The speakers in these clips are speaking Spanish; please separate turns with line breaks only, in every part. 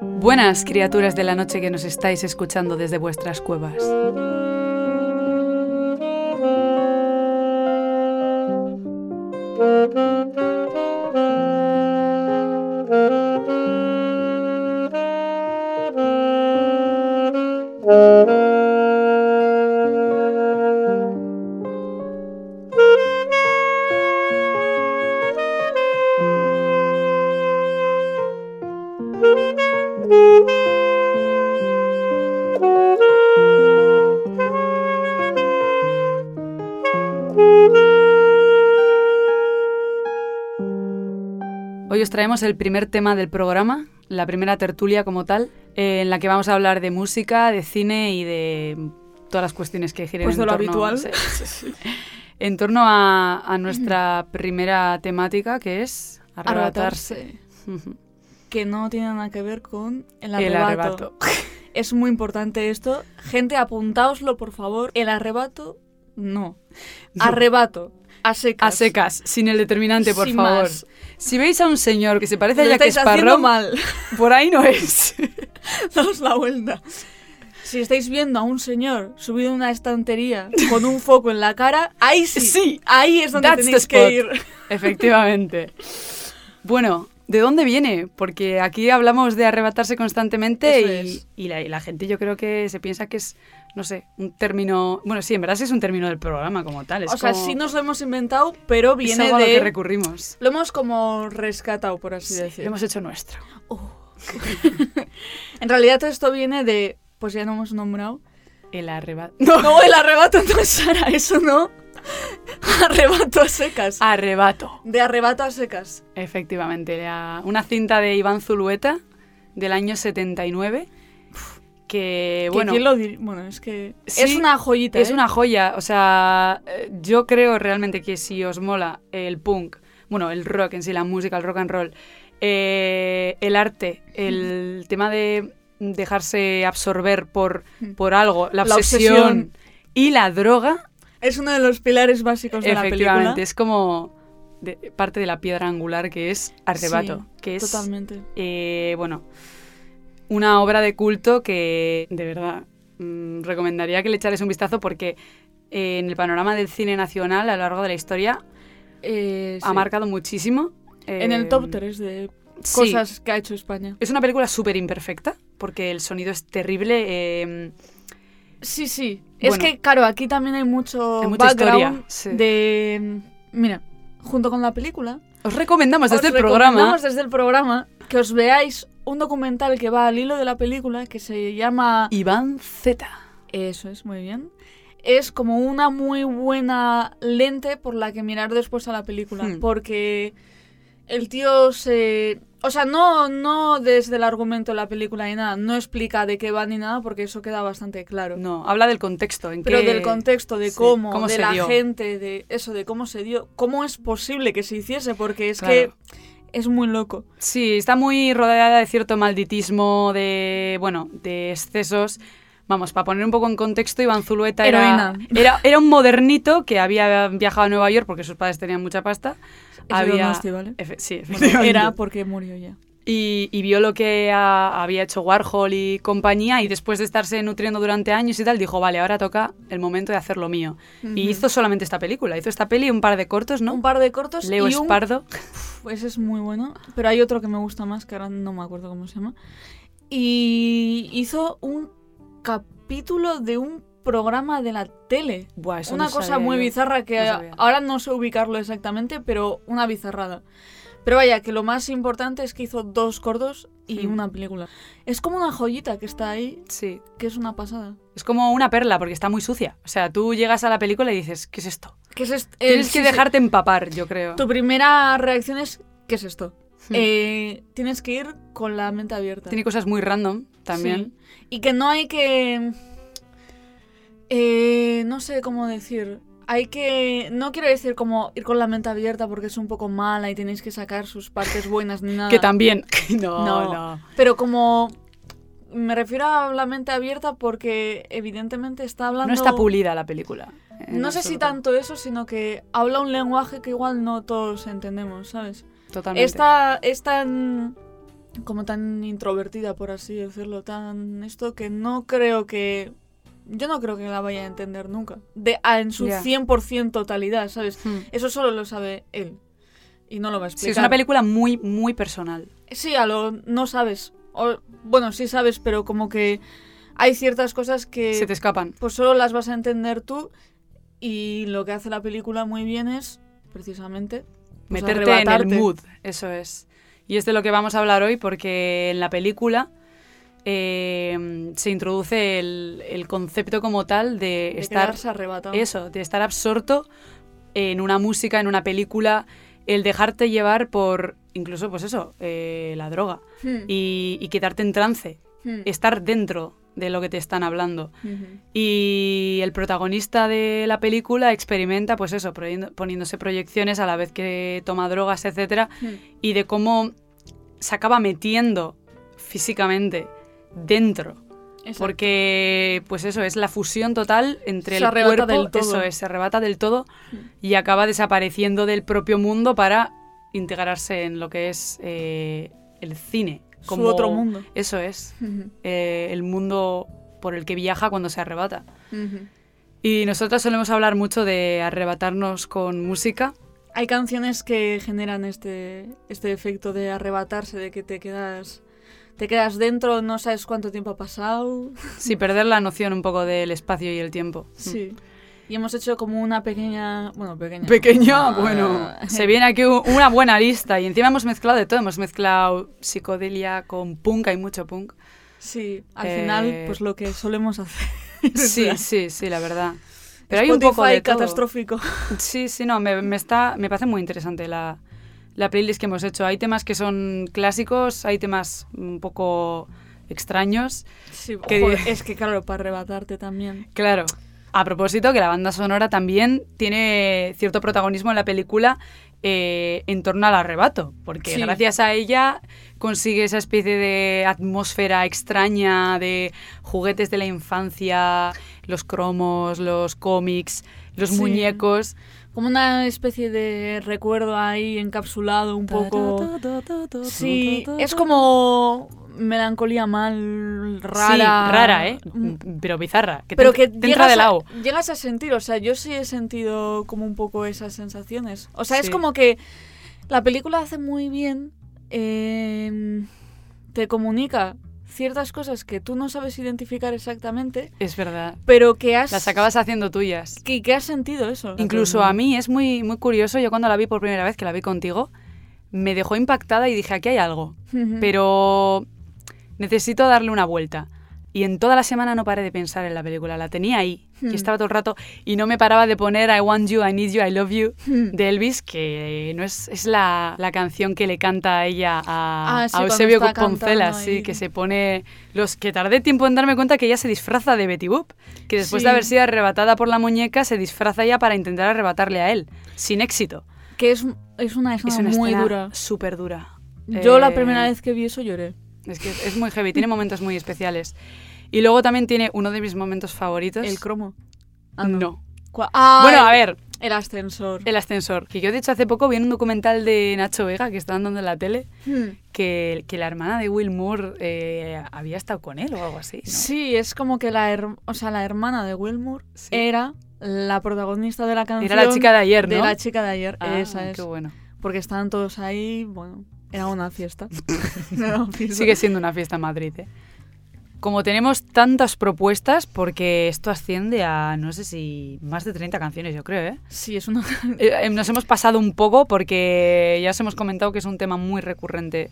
Buenas criaturas de la noche que nos estáis escuchando desde vuestras cuevas. Hoy os traemos el primer tema del programa, la primera tertulia como tal, eh, en la que vamos a hablar de música, de cine y de todas las cuestiones que giren
Pues de
en
lo
torno-
habitual.
sí, sí, sí. en torno a, a nuestra primera temática, que es arrebatarse.
Arrebatarse.
Ujú.
Que no tiene nada que ver con el arrebato.
El arrebato.
Es muy importante esto. Gente, apuntaoslo, por favor. El arrebato, no. Arrebato. A secas.
A secas, sin el determinante, por
Sin
favor.
más.
Si veis a un señor que se
Lo
parece a Jack
estáis haciendo
Sparrow,
mal.
por ahí no es.
Daos la vuelta. Si estáis viendo a un señor subido a una estantería con un foco en la cara, ahí sí.
Sí.
Ahí es donde
That's the
tenéis
spot.
que ir.
Efectivamente. Bueno, ¿de dónde viene? Porque aquí hablamos de arrebatarse constantemente
Eso
y,
es.
y la, y la gente yo creo que se piensa que es, no sé, un término... Bueno, sí, en verdad sí es un término del programa como tal. Es
O sea,
como-
sí nos lo hemos inventado, pero
es
viene
algo a lo que
de...
recurrimos.
Lo hemos como rescatado, por así
lo
decirlo.
hemos hecho nuestro.
Oh. En realidad esto viene de... Pues ya no hemos nombrado.
El arrebato.
No, el arrebato no, Sara, eso no. Arrebato a secas.
Arrebato.
De arrebato a secas.
Efectivamente, la- una cinta de Iván Zulueta del año 79 que,
Que
bueno,
¿quién lo dir- Bueno, es que...
Sí,
es una joyita,
es
¿eh?
una joya, o sea, eh, yo creo realmente que si os mola el punk, bueno, el rock en sí, la música, el rock and roll, eh, el arte, el tema de dejarse absorber por, por algo, la
Mm. La
obsesión,
obsesión.
y la droga,
Es uno de los pilares básicos de la película.
efectivamente, es como de- parte de la piedra angular que es Arrebato,
Sí,
que es
Totalmente.
eh, bueno, una obra de culto que de verdad mm, recomendaría que le echarais un vistazo porque eh, en el panorama del cine nacional a lo largo de la historia ha marcado muchísimo.
En el
Eh,
top 3 de
sí.
cosas que ha hecho España.
Es una película súper imperfecta porque el sonido es terrible. eh,
Sí, sí. Es
Bueno.
que, claro, aquí también hay mucho
Hay mucha
background
historia, sí.
de... mm, Mira, junto con la película...
os recomendamos desde
os
el programa.
recomendamos desde el programa que os veáis un documental que va al hilo de la película que se llama...
Iván Z.
Eso es, muy bien. Es como una muy buena lente por la que mirar después a la película.
Hmm.
Porque el tío se. O sea, no, no desde el argumento de la película ni nada. No explica de qué va ni nada, porque eso queda bastante claro.
No, habla del contexto. En
Pero
que-
del contexto, de
sí,
cómo,
cómo
de
se
la
dio.
gente, de eso, de cómo se dio, cómo es posible que se hiciese, porque es
Claro.
que es muy loco.
Sí, está muy rodeada de cierto malditismo, de, bueno, de excesos. Vamos, para poner un poco en contexto, Iván Zulueta era,
Heroína.
era, era un modernito que había viajado a Nueva York porque sus padres tenían mucha pasta.
Es Donosti, ¿vale?
Efe- sí,
Bueno,
efectivamente.
era porque murió ya.
Y, y vio lo que ah, había hecho Warhol y compañía y después de estarse nutriendo durante años y tal, dijo, vale, ahora toca el momento de hacer lo mío. Y
Ujú.
hizo solamente esta película, hizo esta peli y un par de cortos, ¿no?
Un par de cortos
Leo
y un
Espardo.
Ese es muy bueno, pero hay otro que me gusta más, que ahora no me acuerdo cómo se llama. Y hizo un capítulo de un programa de la tele.
Buah, eso
una
no
cosa
sabía
muy
yo.
bizarra que
no sabía.
ahora no sé ubicarlo exactamente, pero una bizarrada. Pero vaya, que lo más importante es que hizo dos cortos y
Hmm.
una película. Es como una joyita que está ahí,
Sí,
que es una pasada.
Es como una perla porque está muy sucia. O sea, tú llegas a la película y dices, ¿qué es esto?
Que es est- el-
Tienes
sí,
que
sí.
dejarte empapar, yo creo.
Tu primera reacción es, ¿qué es esto?
Hmm.
Eh, tienes que ir con la mente abierta.
Tiene cosas muy random también.
Sí. Y que no hay que. eh, no sé cómo decir. hay que. No quiero decir como ir con la mente abierta porque es un poco mala y tenéis que sacar sus partes buenas ni nada.
Que también. No, no,
No. Pero como. Me refiero a la mente abierta porque evidentemente está hablando.
No está pulida la película. en
No sé si
absoluto.
tanto eso, sino que habla un lenguaje que igual no todos entendemos, ¿sabes?
Totalmente.
Esta es tan. como tan introvertida, por así decirlo, tan esto que no creo que. Yo no creo que la vaya a entender nunca. De, a- en su
Ya.
100% totalidad, ¿sabes?
Hmm.
Eso solo lo sabe él. Y no lo va a explicar.
Sí, es una película muy, muy personal.
Sí, a lo no sabes. O, bueno, sí sabes, pero como que hay ciertas cosas que
Se te escapan.
pues solo las vas a entender tú y lo que hace la película muy bien es precisamente pues,
meterte en el
arrebatarte.
mood, eso es. Y es de lo que vamos a hablar hoy porque en la película eh, se introduce el, el concepto como tal de,
de
estar
quedarse arrebatado.
eso, de estar absorto en una música, en una película, el dejarte llevar por incluso pues eso, eh, la droga
Hmm,
y, y quedarte en trance,
hmm,
estar dentro de lo que te están hablando.
ujú.
Y el protagonista de la película experimenta, pues eso, proyendo- poniéndose proyecciones a la vez que toma drogas, etcétera,
Hmm.
y de cómo se acaba metiendo físicamente dentro.
Exacto.
Porque, pues eso, es la fusión total entre
Se
el
arrebata
cuerpo,
del todo.
eso es, se arrebata del todo
Mm.
y acaba desapareciendo del propio mundo para integrarse en lo que es eh, el cine.
Su otro mundo.
Eso es,
Ujú,
eh, el mundo por el que viaja cuando se arrebata.
ujú.
Y nosotras solemos hablar mucho de arrebatarnos con música.
Hay canciones que generan este, este efecto de arrebatarse, de que te quedas, te quedas dentro, no sabes cuánto tiempo ha pasado.
Sí, perder la noción un poco del espacio y el tiempo.
Sí. Y hemos hecho como una pequeña, bueno, pequeña.
Pequeña,
Ah,
bueno. Se viene aquí u- una buena lista y encima hemos mezclado de todo. Hemos mezclado psicodelia con punk, hay mucho punk.
Sí, al
Eh,
final, pues lo que solemos hacer.
Sí, sí, sí, la verdad. Pero hay un
Spotify
poco de todo.
catastrófico.
Sí, sí, no, me, me está, me parece muy interesante la, la playlist que hemos hecho. Hay temas que son clásicos, hay temas un poco extraños.
Sí,
Que-
joder, es que claro, para arrebatarte también.
Claro. A propósito, que la banda sonora también tiene cierto protagonismo en la película eh, en torno al arrebato, porque
Sí.
gracias a ella consigue esa especie de atmósfera extraña de juguetes de la infancia, los cromos, los cómics, los
Sí.
muñecos.
Como una especie de recuerdo ahí encapsulado un poco. Sí, es como melancolía mal, rara.
Sí, rara, ¿eh?
Mm,
Pero bizarra. Que
Pero
te,
que
te entra
llegas,
de lado.
A, llegas a sentir, o sea, yo sí he sentido como un poco esas sensaciones. O sea, es
Sí.
como que la película hace muy bien, eh, te comunica ciertas cosas que tú no sabes identificar exactamente,
Es verdad.
pero que has...
Las acabas haciendo tuyas.
que, que has sentido eso.
Incluso a mí es muy, muy curioso, yo cuando la vi por primera vez, que la vi contigo, me dejó impactada y dije, aquí hay algo,
Ujú.
pero necesito darle una vuelta. Y en toda la semana no paré de pensar en la película, la tenía ahí,
Hmm.
y estaba todo el rato, y no me paraba de poner I Want You, I Need You, I Love You
Hmm.
de Elvis, que no es, es la, la canción que le canta a ella a,
Ah, sí,
a
cuando
Eusebio
está
Poncela,
cantando
sí,
ahí.
que se pone los que tardé tiempo en darme cuenta que ella se disfraza de Betty Boop, que después
Sí.
de haber sido arrebatada por la muñeca se disfraza ella para intentar arrebatarle a él, sin éxito.
Que es, es una escena
es una
Ah, muy
escena
dura.
súper dura.
Yo la
Eh,
primera vez que vi eso lloré.
Es que es muy heavy, tiene momentos muy especiales. Y luego también tiene uno de mis momentos favoritos.
El cromo. Ah,
no.
Cua- Ah,
Bueno,
el-
a ver, Eh,
El ascensor.
el ascensor. Que yo, de hecho, hace poco vi un documental de Nacho Vega que estaban dando en la tele
Hmm.
que, que la hermana de Will Moore eh, había estado con él o algo así. ¿no?
Sí, es como que la, her- o sea, la hermana de Wilmore
Sí.
era la protagonista de la canción.
Era la chica de ayer, ¿no?
de la chica de ayer.
Ah,
Esa es.
Qué bueno.
Porque estaban todos ahí, bueno, era una fiesta. Era una fiesta.
Sigue siendo una fiesta en Madrid, ¿eh? Como tenemos tantas propuestas, porque esto asciende a, no sé si, más de 30 canciones, yo creo, ¿eh?
Sí, es una...
Eh, eh, Nos hemos pasado un poco porque ya os hemos comentado que es un tema muy recurrente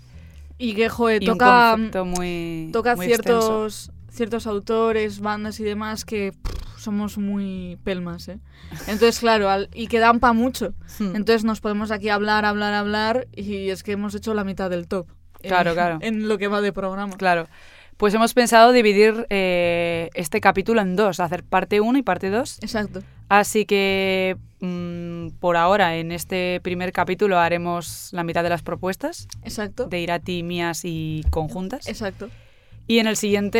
Y que, joder,
y
toca,
un concepto muy
toca
muy extenso.
ciertos, ciertos autores, bandas y demás que pff, somos muy pelmas, ¿eh? Entonces, claro, al- y que dan pa' mucho.
Hmm.
Entonces nos podemos aquí hablar, hablar, hablar y es que hemos hecho la mitad del top. eh,
Claro, claro.
En lo que va de programa.
Claro. Pues hemos pensado dividir eh, este capítulo en dos, hacer parte 1 y parte 2.
Exacto.
Así que mm, por ahora, en este primer capítulo, haremos la mitad de las propuestas
Exacto.
de Irati, mías y conjuntas.
Exacto.
Y en el siguiente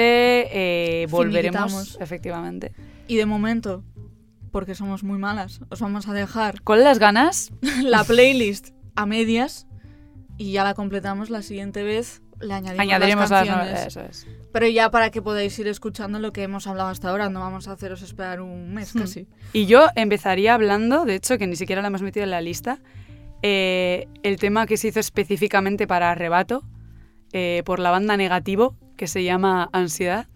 eh, volveremos,
Finiquitamos.
efectivamente.
Y de momento, porque somos muy malas, os vamos a dejar
Con las ganas,
la playlist a medias y ya la completamos la siguiente vez. Le añadimos,
añadiremos
las
las
canciones.
novedades. Eso es.
Pero ya para que podáis ir escuchando lo que hemos hablado hasta ahora, no vamos a haceros esperar un mes
Hmm.
casi.
Y yo empezaría hablando, de hecho, que ni siquiera la hemos metido en la lista, eh, el tema que se hizo específicamente para Arrebato eh, por la banda Negativo, que se llama Ansiedad.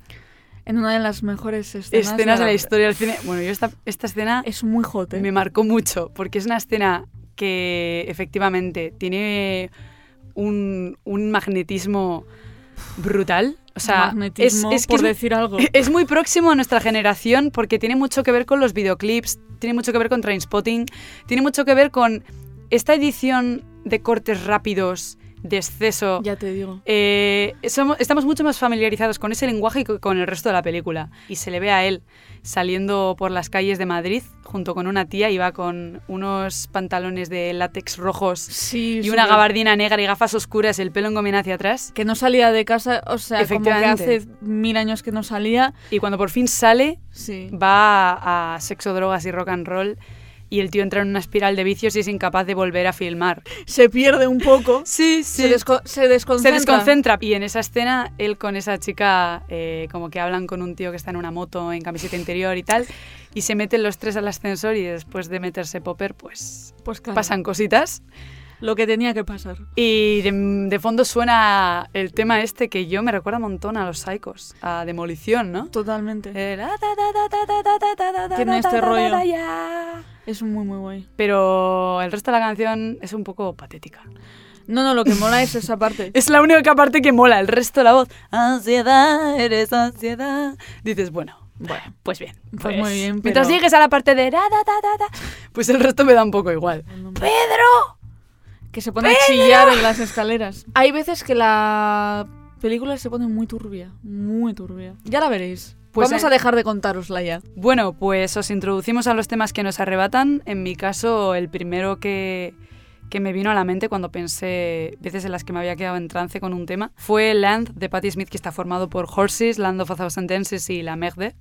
En una de las mejores escenas,
Escenas de la historia del cine. Bueno, yo esta, esta escena
Es muy hot, ¿eh?
me marcó mucho, porque es una escena que efectivamente tiene un, un magnetismo brutal. O sea, es-
Magnetismo,
es, que
por
es-
decir algo.
es muy próximo a nuestra generación porque tiene mucho que ver con los videoclips, tiene mucho que ver con Trainspotting, tiene mucho que ver con esta edición de cortes rápidos, de exceso.
Ya te digo.
Eh, somo- estamos mucho más familiarizados con ese lenguaje que con el resto de la película. Y se le ve a él saliendo por las calles de Madrid junto con una tía y va con unos pantalones de látex rojos
Sí.
y una
súper.
gabardina negra y gafas oscuras, el pelo engomina hacia atrás.
Que no salía de casa, o sea, como que
Efectivamente.
hace mil años que no salía.
Y cuando por fin sale,
Sí.
va a, a sexo, drogas y rock and roll y el tío entra en una espiral de vicios y es incapaz de volver a filmar.
Se pierde un poco.
Sí,
Se, desco- se desconcentra.
Se desconcentra. Y en esa escena, él con esa chica, eh, como que hablan con un tío que está en una moto, en camiseta interior y tal, y se meten los tres al ascensor y después de meterse Popper, pues
Pues claro,
pasan cositas.
lo que tenía que pasar.
Y de, de fondo suena el tema este que yo me recuerda un montón a los Psychos, a Demolición, ¿no?
Totalmente.
El- "Ah,
Tiene este rollo.
Ya.
Es muy, muy guay.
Pero el resto de la canción es un poco patética.
No, no, lo que mola es esa parte.
Es la única parte que mola, el resto de la voz. Ansiedad, eres ansiedad. Dices, bueno,
Bueno,
pues bien.
Pues muy bien, pero-
Mientras llegues a la parte de ra, da, da, da, da, pues el resto me da un poco igual. ¡Pedro!
que se pone a chillar en las escaleras. Hay veces que la película se pone muy turbia, muy turbia. Ya la veréis.
Pues
Vamos
hay-
a dejar de contárosla ya.
Bueno, pues os introducimos a los temas que nos arrebatan. En mi caso, el primero que, que me vino a la mente cuando pensé veces en las que me había quedado en trance con un tema fue Land de Patti Smith, que está formado por Horses, Land of a Thousand Dances y La Merde,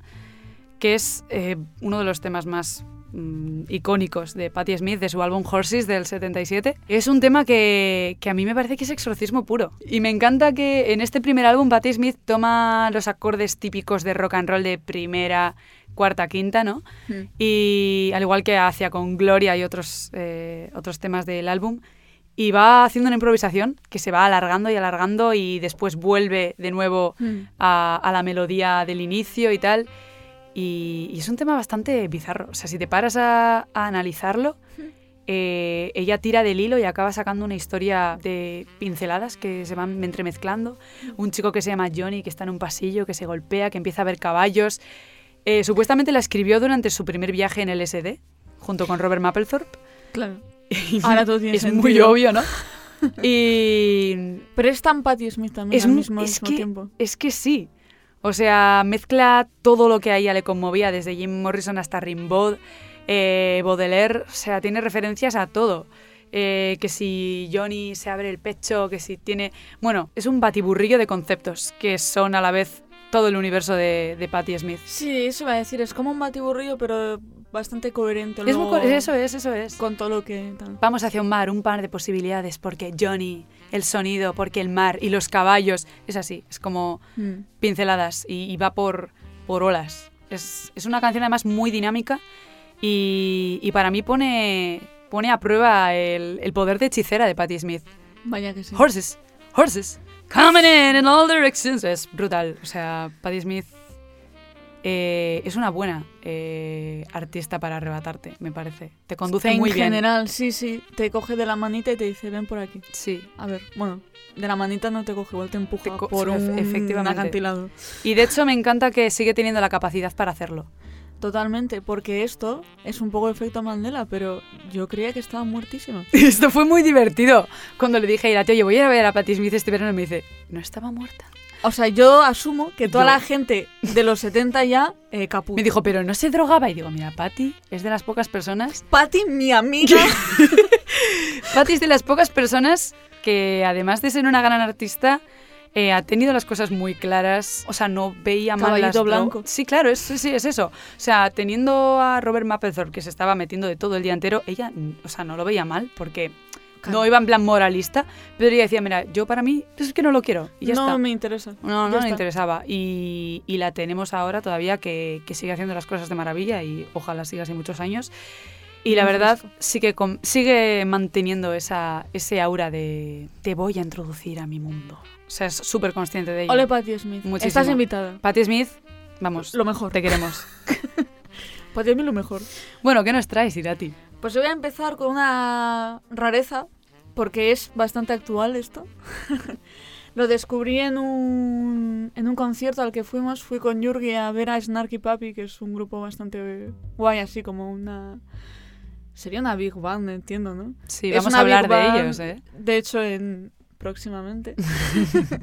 que es eh, uno de los temas más mm, icónicos de Patti Smith, de su álbum Horses del 77. Es un tema que, que a mí me parece que es exorcismo puro. Y me encanta que en este primer álbum Patti Smith toma los acordes típicos de rock and roll de primera, cuarta, quinta, ¿no?
Hmm.
y al igual que hacia con Gloria y otros, eh, otros temas del álbum. Y va haciendo una improvisación que se va alargando y alargando y después vuelve de nuevo
Hmm.
a, a la melodía del inicio y tal. Y, y es un tema bastante bizarro. O sea, si te paras a, a analizarlo, eh, ella tira del hilo y acaba sacando una historia de pinceladas que se van entremezclando. Un chico que se llama Johnny, que está en un pasillo, que se golpea, que empieza a ver caballos. Eh, supuestamente la escribió durante su primer viaje en el SD, junto con Robert Mapplethorpe.
Claro. Ahora todo tiene
es
sentido.
muy obvio, ¿no? y
Pero es tan Patti Smith también
Es
al
mu-
mismo, al
es
mismo
que-
tiempo.
Es que sí. O sea, mezcla todo lo que a ella le conmovía, desde Jim Morrison hasta Rimbaud, eh, Baudelaire, o sea, tiene referencias a todo. Eh, que si Johnny se abre el pecho, que si tiene... Bueno, es un batiburrillo de conceptos que son a la vez todo el universo de, de Patti Smith.
Sí, eso iba a decir. Es como un batiburrillo, pero bastante coherente.
Es muy
luego
co- eso es, eso es.
Con todo lo que... tal.
Vamos hacia un mar, un par de posibilidades, porque Johnny, el sonido, porque el mar y los caballos. Es así, es como
Mm.
pinceladas y, y va por, por olas. Es, es una canción además muy dinámica y, y para mí pone, pone a prueba el, el poder de hechicera de Patti Smith.
Vaya que sí.
Horses, horses, coming in in all directions. Es brutal. O sea, Patti Smith eh, es una buena eh, artista para arrebatarte, me parece. Te conduce
en
muy bien.
general, sí, sí. Te coge de la manita y te dice, ven por aquí.
Sí,
A ver, bueno, de la manita no te coge, igual te empuja
Te co-
por
efe-
un
efectivamente.
acantilado.
Y de hecho me encanta que sigue teniendo la capacidad para hacerlo.
Totalmente, porque esto es un poco efecto Mandela, pero yo creía que estaba muertísima.
Esto fue muy divertido. Cuando le dije a Iratia, oye, voy a ir a ver a Patti Smith este verano, y me dice, no estaba muerta.
O sea, yo asumo que toda
Yo-
la gente de los 70 ya eh, caput.
Me dijo, pero no se drogaba. Y digo, mira, Patti es de las pocas personas.
Patty, mi amiga.
Patti es de las pocas personas que, además de ser una gran artista, eh, ha tenido las cosas muy claras. O sea, no veía mal las
Caballito
dro-
blanco.
Sí, claro, es, sí, sí, es eso. O sea, teniendo a Robert Mapplethorpe, que se estaba metiendo de todo el día entero, ella, mm, o sea, no lo veía mal porque no iba en plan moralista, pero ella decía, mira, yo para mí pues es que no lo quiero. Y ya
no
está.
me interesa.
No,
Ya
no le
está.
interesaba. Y, y la tenemos ahora todavía que, que sigue haciendo las cosas de maravilla y ojalá siga así muchos años. Y la
Un
verdad,
fresco.
sí que con- sigue manteniendo esa, ese aura de te voy a introducir a mi mundo. O sea, es súper consciente de ello.
Ole, Patty Smith.
Muchísimo.
Estás invitada.
Patti Smith, vamos,
Lo mejor.
te queremos.
Patty Smith, lo mejor.
bueno, ¿qué nos traes, Irati?
Pues yo voy a empezar con una rareza, porque es bastante actual esto. Lo descubrí en un, en un concierto al que fuimos. Fui con Yurgi a ver a Snarky Papi, que es un grupo bastante guay, así como una... Sería una big band, entiendo, ¿no?
Sí,
Es
vamos
una
a hablar
Big
de
Bang.
ellos, ¿eh?
De hecho, en próximamente.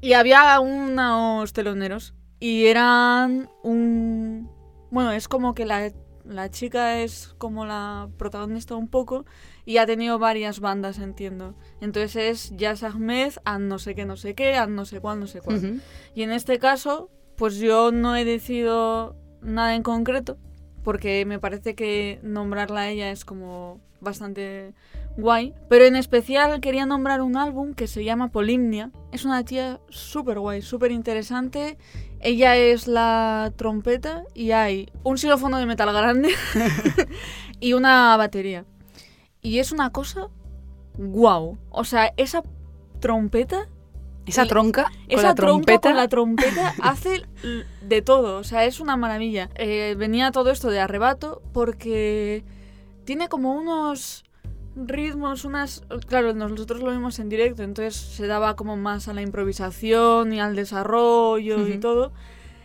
y había unos teloneros. Y eran un... Bueno, es como que la, la chica es como la protagonista un poco y ha tenido varias bandas, entiendo. Entonces es Jazz Ahmed, a no sé qué, no sé qué, a no sé cuál, no sé cuál.
Ujú.
Y en este caso, pues yo no he decidido nada en concreto, porque me parece que nombrarla a ella es como bastante guay. Pero en especial quería nombrar un álbum que se llama Polimnia. Es una tía súper guay, súper interesante. Ella es la trompeta y hay un xilófono de metal grande y una batería. Y es una cosa guau. O sea, esa trompeta
Esa
Y-
tronca con
esa
la
tronca
trompeta.
con la trompeta hace l- de todo, o sea, es una maravilla. Eh, venía todo esto de arrebato porque tiene como unos ritmos, unas... Claro, nosotros lo vimos en directo, entonces se daba como más a la improvisación y al desarrollo y
Ujú.
todo.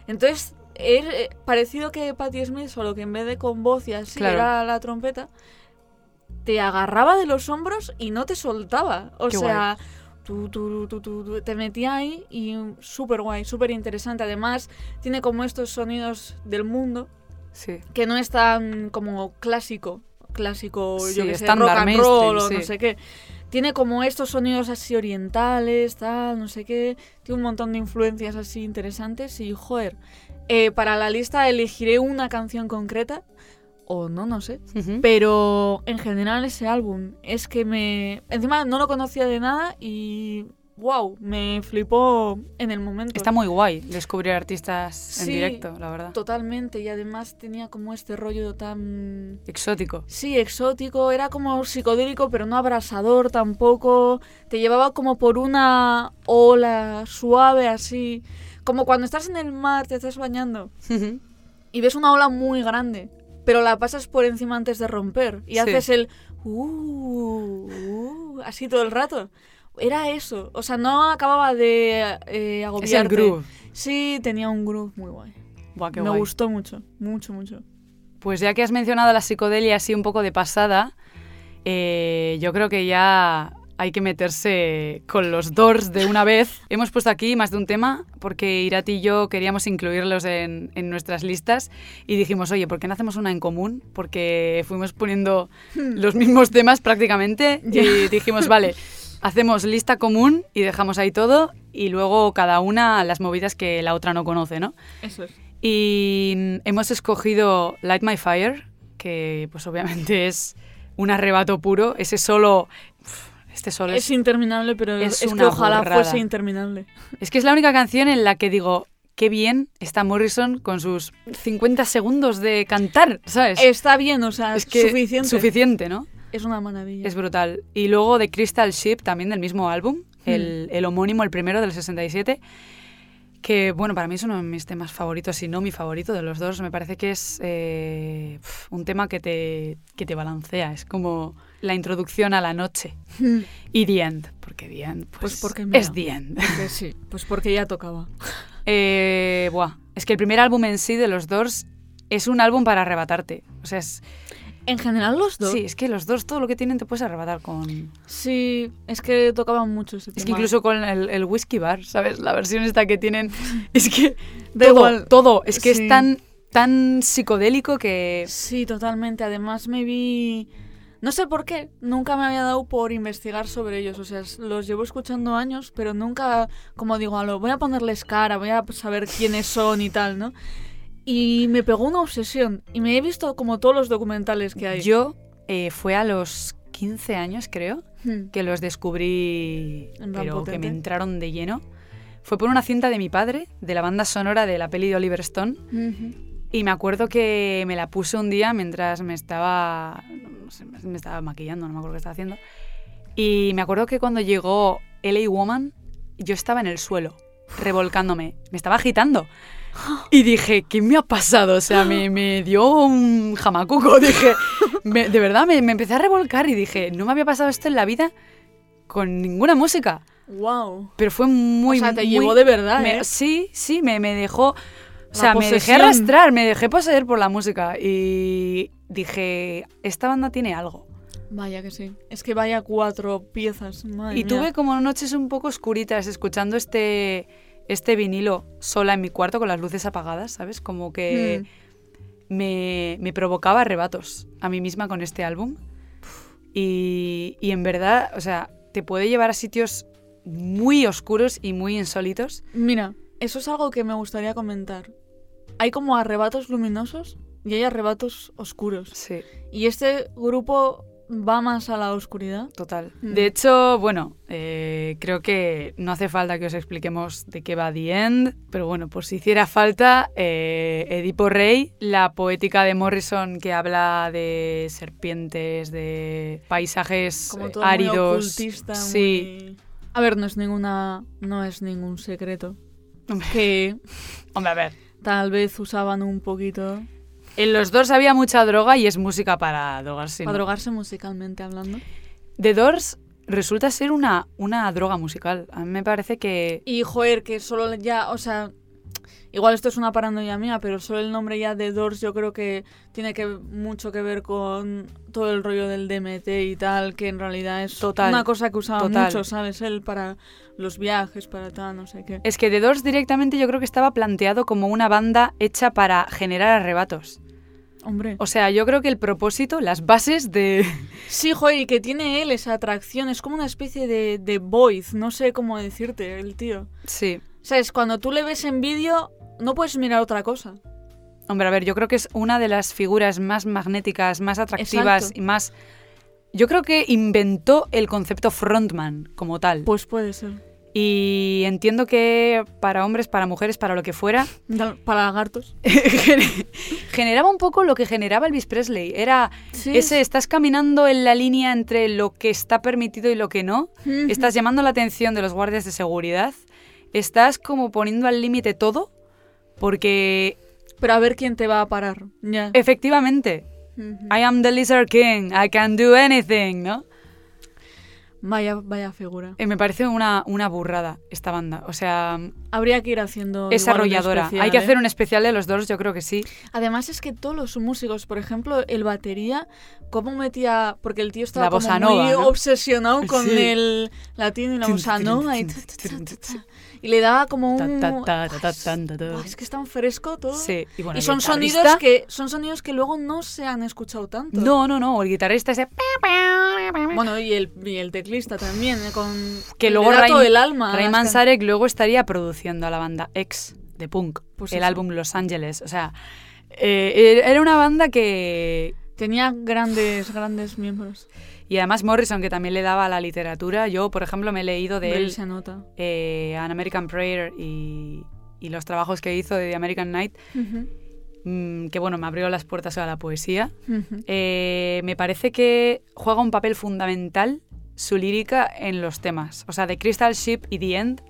Entonces, es eh, parecido que Patti Smith, solo que en vez de con voz y así
Claro.
era la trompeta, te agarraba de los hombros y no te soltaba. O
Qué
sea, tú, tú, tú, tú, tú, te metía ahí y súper guay, súper interesante. Además, tiene como estos sonidos del mundo
Sí.
que no es tan como clásico, clásico,
Sí,
yo que sé, rock
estándar,
and roll o
mainstream,
no
sí.
sé qué. Tiene como estos sonidos así orientales, tal, no sé qué. Tiene un montón de influencias así interesantes y, joder, eh, para la lista elegiré una canción concreta o no, no sé.
Ujú.
Pero en general ese álbum es que me... Encima no lo conocía de nada y... ¡Wow! Me flipó en el momento.
Está muy guay descubrir artistas en
Sí.
directo, la verdad.
Totalmente y además tenía como este rollo tan...
Exótico.
Sí, exótico, era como psicodélico pero no abrasador tampoco. Te llevaba como por una ola suave así. Como cuando estás en el mar, te estás bañando
Ujú.
y ves una ola muy grande, pero la pasas por encima antes de romper y
Sí.
haces el "Uh, uh", así todo el rato. Era eso, o sea, no acababa de eh,
Es el
agobiarte.
groove.
Sí, tenía un groove muy guay.
Buah, qué
Me
guay.
gustó mucho, mucho, mucho.
Pues ya que has mencionado la psicodelia así un poco de pasada, eh, yo creo que ya hay que meterse con los Doors de una vez. Hemos puesto aquí más de un tema porque Irati y yo queríamos incluirlos en, en nuestras listas y dijimos, oye, ¿por qué no hacemos una en común? Porque fuimos poniendo los mismos temas prácticamente y dijimos, vale, hacemos lista común y dejamos ahí todo y luego cada una las movidas que la otra no conoce, ¿no?
Eso es.
Y mm, hemos escogido Light My Fire, que pues obviamente es un arrebato puro. Ese solo... Uf, Este solo
Es
es...
interminable, pero
es
es, que
una
ojalá
burrada.
fuese interminable.
Es que es la única canción en la que digo, qué bien está Morrison con sus 50 segundos de cantar, ¿sabes?
Está bien, o sea, es suficiente.
Suficiente, ¿no?
es una maravilla.
Es brutal. Y luego de Crystal Ship, también del mismo álbum, el, el homónimo, el primero del 67, que bueno, para mí es uno de mis temas favoritos, si no mi favorito de los dos. Me parece que es eh, pf, un tema que te, que te balancea, es como la introducción a la noche. Y The End, porque The End pues,
Pues porque, mira.
es The End.
Que sí, pues porque ya tocaba.
Eh, buah. Es que el primer álbum en sí de los Doors es un álbum para arrebatarte. O sea, es,
En general los dos.
sí, es que los dos todo lo que tienen te puedes arrebatar con...
Sí, es que tocaban mucho ese tema.
Es que incluso con el, el whisky bar, ¿sabes? La versión esta que tienen. Es que.
Da
todo,
igual.
todo. Es que
Sí.
es tan, tan psicodélico que.
Sí, totalmente. Además me vi... No sé por qué, nunca me había dado por investigar sobre ellos. O sea, s- los llevo escuchando años, pero nunca, como digo, a lo voy a ponerles cara, voy a saber quiénes son y tal, ¿no? Y me pegó una obsesión. Y me he visto como todos los documentales que hay.
Yo eh, fue a los 15 años, creo,
Hmm.
que los descubrí.
En plan
Pero que
potente.
me entraron de lleno. Fue por una cinta de mi padre, de la banda sonora de la peli de Oliver Stone.
Ujú.
Y me acuerdo que me la puse un día mientras me estaba. no sé, me estaba maquillando, no me acuerdo qué estaba haciendo. Y me acuerdo que cuando llegó LA Woman, yo estaba en el suelo, revolcándome. Me estaba agitando. Y dije, ¿qué me ha pasado? O sea, me, me dio un jamacuco. Dije, me- de verdad, me, me empecé a revolcar y dije, no me había pasado esto en la vida con ninguna música.
Wow.
Pero fue muy.
o sea, te
muy-
llevó de verdad,
me-
¿eh?
Sí, sí, me, me dejó. O
La
sea, me dejé
posesión.
arrastrar, me dejé poseer por la música y dije, esta banda tiene algo.
Vaya que sí. Es que vaya cuatro piezas, madre
y
mía.
tuve como noches un poco oscuritas escuchando este, este vinilo sola en mi cuarto con las luces apagadas, ¿sabes? Como que
Hmm. Mm.
me, me provocaba arrebatos a mí misma con este álbum. Y, y en verdad, o sea, te puede llevar a sitios muy oscuros y muy insólitos.
Mira, eso es algo que me gustaría comentar. Hay como arrebatos luminosos y hay arrebatos oscuros.
Sí.
Y este grupo va más a la oscuridad.
Total.
Mm.
De hecho, bueno, eh, creo que no hace falta que os expliquemos de qué va The End, pero bueno, por si hiciera falta, eh, Edipo Rey, la poética de Morrison que habla de serpientes, de paisajes
Como
eh,
todo muy
áridos.
ocultista,
sí,
muy- A ver, no es ninguna. no es ningún secreto.
Hombre.
Que
hombre, a ver.
tal vez usaban un poquito
En los dos había mucha droga y es música para drogarse. ¿no?
para drogarse musicalmente hablando.
The Doors resulta ser una, una droga musical. A mí me parece que...
Y joder, que solo ya, o sea, igual esto es una paranoia mía, pero solo el nombre ya de Doors yo creo que tiene que mucho que ver con todo el rollo del DMT y tal, que en realidad es
Total,
una cosa que usaba
total.
mucho, ¿sabes? Él para los viajes, para tal, no sé qué.
Es que The Doors directamente yo creo que estaba planteado como una banda hecha para generar arrebatos.
Hombre.
O sea, yo creo que el propósito, las bases de...
Sí, joder, y que tiene él esa atracción, es como una especie de, de voice, no sé cómo decirte, el tío.
Sí.
¿Sabes? Cuando tú le ves en vídeo, no puedes mirar otra cosa.
Hombre, a ver, yo creo que es una de las figuras más magnéticas, más atractivas
Exacto.
y más... Yo creo que inventó el concepto frontman como tal.
Pues puede ser.
Y entiendo que para hombres, para mujeres, para lo que fuera,
Para lagartos.
gener- generaba un poco lo que generaba Elvis Presley. Era
Sí.
ese, estás caminando en la línea entre lo que está permitido y lo que no.
Ujú.
Estás llamando la atención de los guardias de seguridad. Estás como poniendo al límite todo. Porque
Pero a ver quién te va a parar. Ya.
Eh, efectivamente,
Ujú.
I am the Lizard King, I can do anything, ¿no?
Vaya, vaya figura.
Eh, me parece una, una burrada esta banda. O sea,
Habría que ir haciendo.
es
igual un
arrolladora.
especial,
Hay que
¿eh?
hacer un especial de los dos, yo creo que sí.
Además es que todos los músicos, por ejemplo, el batería, cómo metía, porque el tío estaba
La
como
bossa
muy
nova, ¿no?
obsesionado con
Sí.
el latino y la bossa nova y, ta, ta, ta, ta, ta. Y le daba como
Ta,
un.
ta, ta, ta, ta,
Buah,
ta, ta, ta.
buah, Es que es tan fresco todo.
Sí, y bueno,
y
el
son
guitarrista-
sonidos que son sonidos que luego no se han escuchado tanto.
No, no, no, el guitarrista ese...
Bueno, y el, y el teclista también, eh, con
Que
le
luego
da
Raim-
todo el alma. a las
Rayman
can-
Sarek luego estaría produciendo a la banda X de Punk,
Pues
el
eso.
álbum Los Ángeles. O sea, eh, era una banda que...
Tenía grandes, grandes miembros.
Y además Morrison, que también le daba a la literatura. Yo, por ejemplo, me he leído de
Hombre,
él
se nota.
eh, An American Prayer y, y los trabajos que hizo de The American Night, mm, que bueno, me abrió las puertas a la poesía. Eh, me parece que juega un papel fundamental su lírica en los temas. O sea, de Crystal Ship y The End,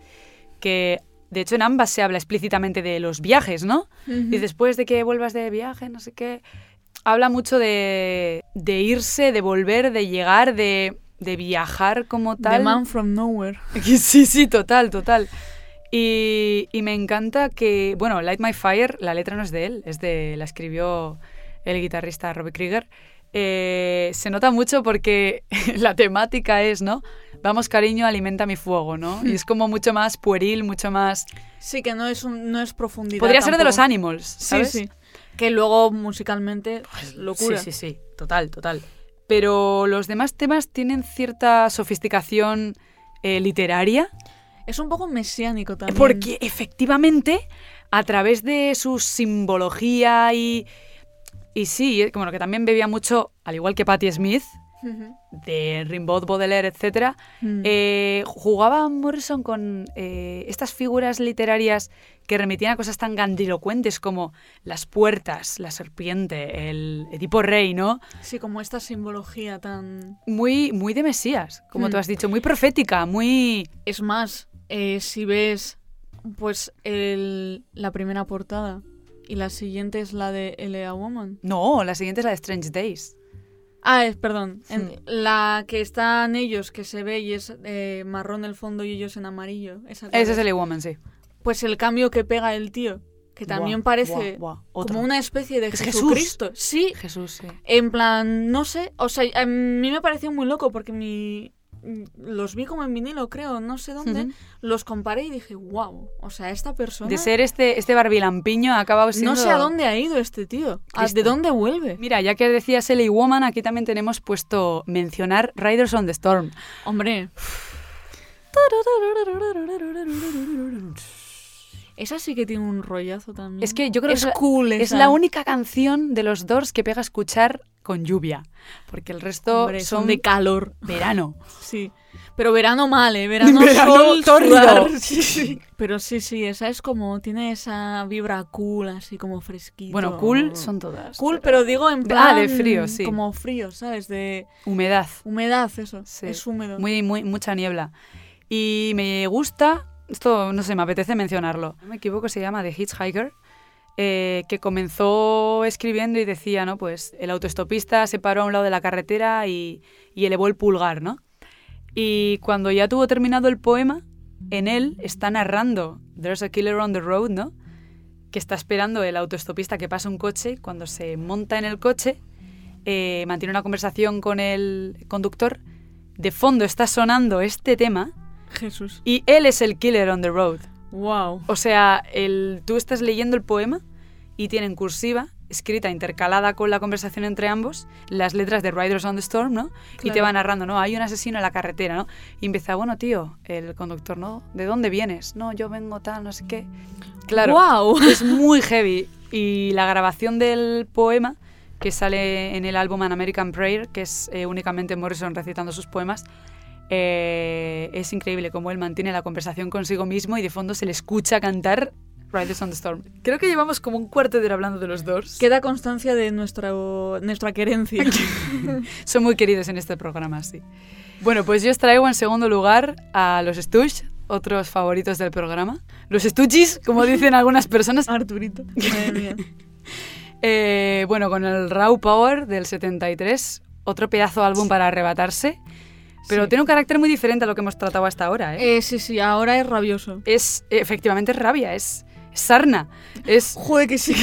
que de hecho en ambas se habla explícitamente de los viajes, ¿no? Y después de que vuelvas de viaje, no sé qué, habla mucho de, de irse, de volver, de llegar, de, de viajar como
The
tal.
Man From Nowhere.
sí, sí, total, total. Y, Y, y me encanta que, bueno, Light My Fire, la letra no es de él, es de, la escribió el guitarrista Robbie Krieger. Eh, se nota mucho porque la temática es, ¿no? Vamos, cariño, alimenta mi fuego, ¿no? Y es como mucho más pueril, mucho más...
Sí, que no es, un, no es profundidad.
Podría ser de los
tampoco.
Animals, ¿sabes?
Sí, sí. Que luego musicalmente, locura.
Sí, sí, sí, total, total. Pero los demás temas tienen cierta sofisticación eh, literaria,
Es un poco mesiánico también.
porque efectivamente, a través de su simbología y. Y sí, eh, bueno, que también bebía mucho, al igual que Patti Smith,
Ujú.
de Rimbaud, Baudelaire, etc.
Mm.
jugaba Morrison con eh, estas figuras literarias que remitían a cosas tan grandilocuentes como las puertas, la serpiente, el Edipo Rey, ¿no?
Sí, como esta simbología tan...
muy, muy de Mesías, como
Mm.
tú has dicho, muy profética, muy...
Es más, eh, si ves pues el- la primera portada y la siguiente es la de L.A. Woman.
No, la siguiente es la de Strange Days.
Ah, es, perdón. en-
Sí.
la que están ellos, que se ve y es eh, marrón el fondo y ellos en amarillo. Esa cual
Ese
es.
es el Woman, sí.
Pues el cambio que pega el tío, que también
Buah,
parece
buah, buah, otro.
como una especie de
Es Jesús.
Jesucristo. Sí,
Jesús, sí.
En plan, no sé, o sea, a mí me pareció muy loco porque mi los vi como en vinilo, creo, no sé dónde,
Ujú.
los comparé y dije, wow, o sea, esta persona
De ser este, este barbilampiño ha acabado siendo...
no sé a dónde ha ido este tío, ¿A-
Cristo.
de dónde vuelve.
Mira, ya que decías LA Woman, aquí también tenemos puesto mencionar Riders on the Storm.
Hombre, esa sí que tiene un rollazo también.
Es que yo creo
Es
que es la-
cool
es
esa.
la única canción de los Doors que pega a escuchar con lluvia, porque el resto
Hombre,
son,
de calor,
verano.
sí. Pero verano mal, ¿eh? Verano,
Verano
sol,
tórrido.
sudar, sí, sí. Pero sí, sí, esa es como, tiene esa vibra cool, así como fresquita.
Bueno, cool son todas.
Cool, pero digo en
De- ah,
plan...
de frío, sí.
Como frío, ¿sabes? De
Humedad.
humedad, eso.
Sí.
Es húmedo.
Muy, muy, mucha niebla. Y me gusta, esto no sé, me apetece mencionarlo. No me equivoco, se llama The Hitchhiker, eh, que comenzó escribiendo y decía, ¿no? Pues el autoestopista se paró a un lado de la carretera y, y elevó el pulgar, ¿no? Y cuando ya tuvo terminado el poema, en él está narrando There's a killer on the road, ¿no? Que está esperando el autoestopista que pasa un coche. y Cuando se monta en el coche, eh, mantiene una conversación con el conductor. De fondo está sonando este tema
Jesús.
y él es el killer on the road.
Wow.
O sea, el, tú estás leyendo el poema y tiene en cursiva, escrita intercalada con la conversación entre ambos, las letras de Riders on the Storm, ¿no? Y te
Claro.
va narrando, ¿no? Hay un asesino en la carretera, ¿no? Y empieza, bueno, tío, el conductor, ¿no? ¿De dónde vienes? No, yo vengo tal, no sé qué. Claro.
Wow.
Es muy heavy. Y la grabación del poema que sale en el álbum An American Prayer, que es eh, únicamente Morrison recitando sus poemas, eh, es increíble cómo él mantiene la conversación consigo mismo y de fondo se le escucha cantar Riders on the Storm. Creo que llevamos como un cuarto de hora hablando de los dos.
Queda constancia de nuestro, nuestra querencia.
Son muy queridos en este programa, sí. Bueno, pues yo os traigo en segundo lugar a los Stooges, otros favoritos del programa. Los Stooges, como dicen algunas personas,
Arturito. Madre mía.
Eh, bueno, con el Raw Power del 73, otro pedazo de álbum para arrebatarse, pero
Sí.
tiene un carácter muy diferente a lo que hemos tratado hasta ahora. ¿eh?
Eh, sí, sí, ahora es rabioso.
Es efectivamente es rabia, es, es sarna, es
Joder, que sí.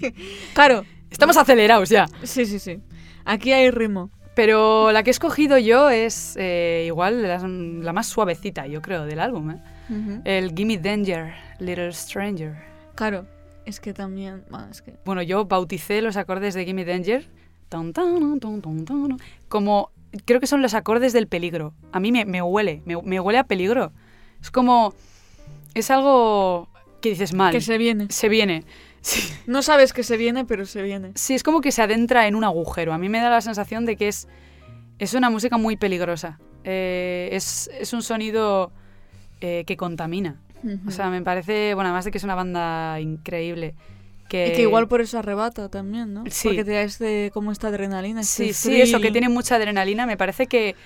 claro.
estamos acelerados ya.
Sí, sí, sí. Aquí hay ritmo.
Pero la que he escogido yo es eh, igual la, la más suavecita, yo creo, del álbum. ¿eh? El Gimme Danger, Little Stranger.
Claro. Es que también. bueno, es que.
Bueno, yo bauticé los acordes de Gimme Danger tan, tan, tan, tan, tan, como creo que son los acordes del peligro. A mí me, me huele, me, me huele a peligro. Es como. Es algo que dices mal.
Que se viene.
se viene. Sí.
No sabes que se viene, pero se viene.
Sí, es como que se adentra en un agujero. A mí me da la sensación de que es, es una música muy peligrosa. Eh, es, es un sonido eh, que contamina. O sea, me parece, bueno, además de que es una banda increíble. Que,
Y que igual por eso arrebata también, ¿no?
Sí.
Porque te da este, como esta adrenalina.
Sí,
este
sí, eso, que
thrill.
tiene mucha adrenalina. Me parece que,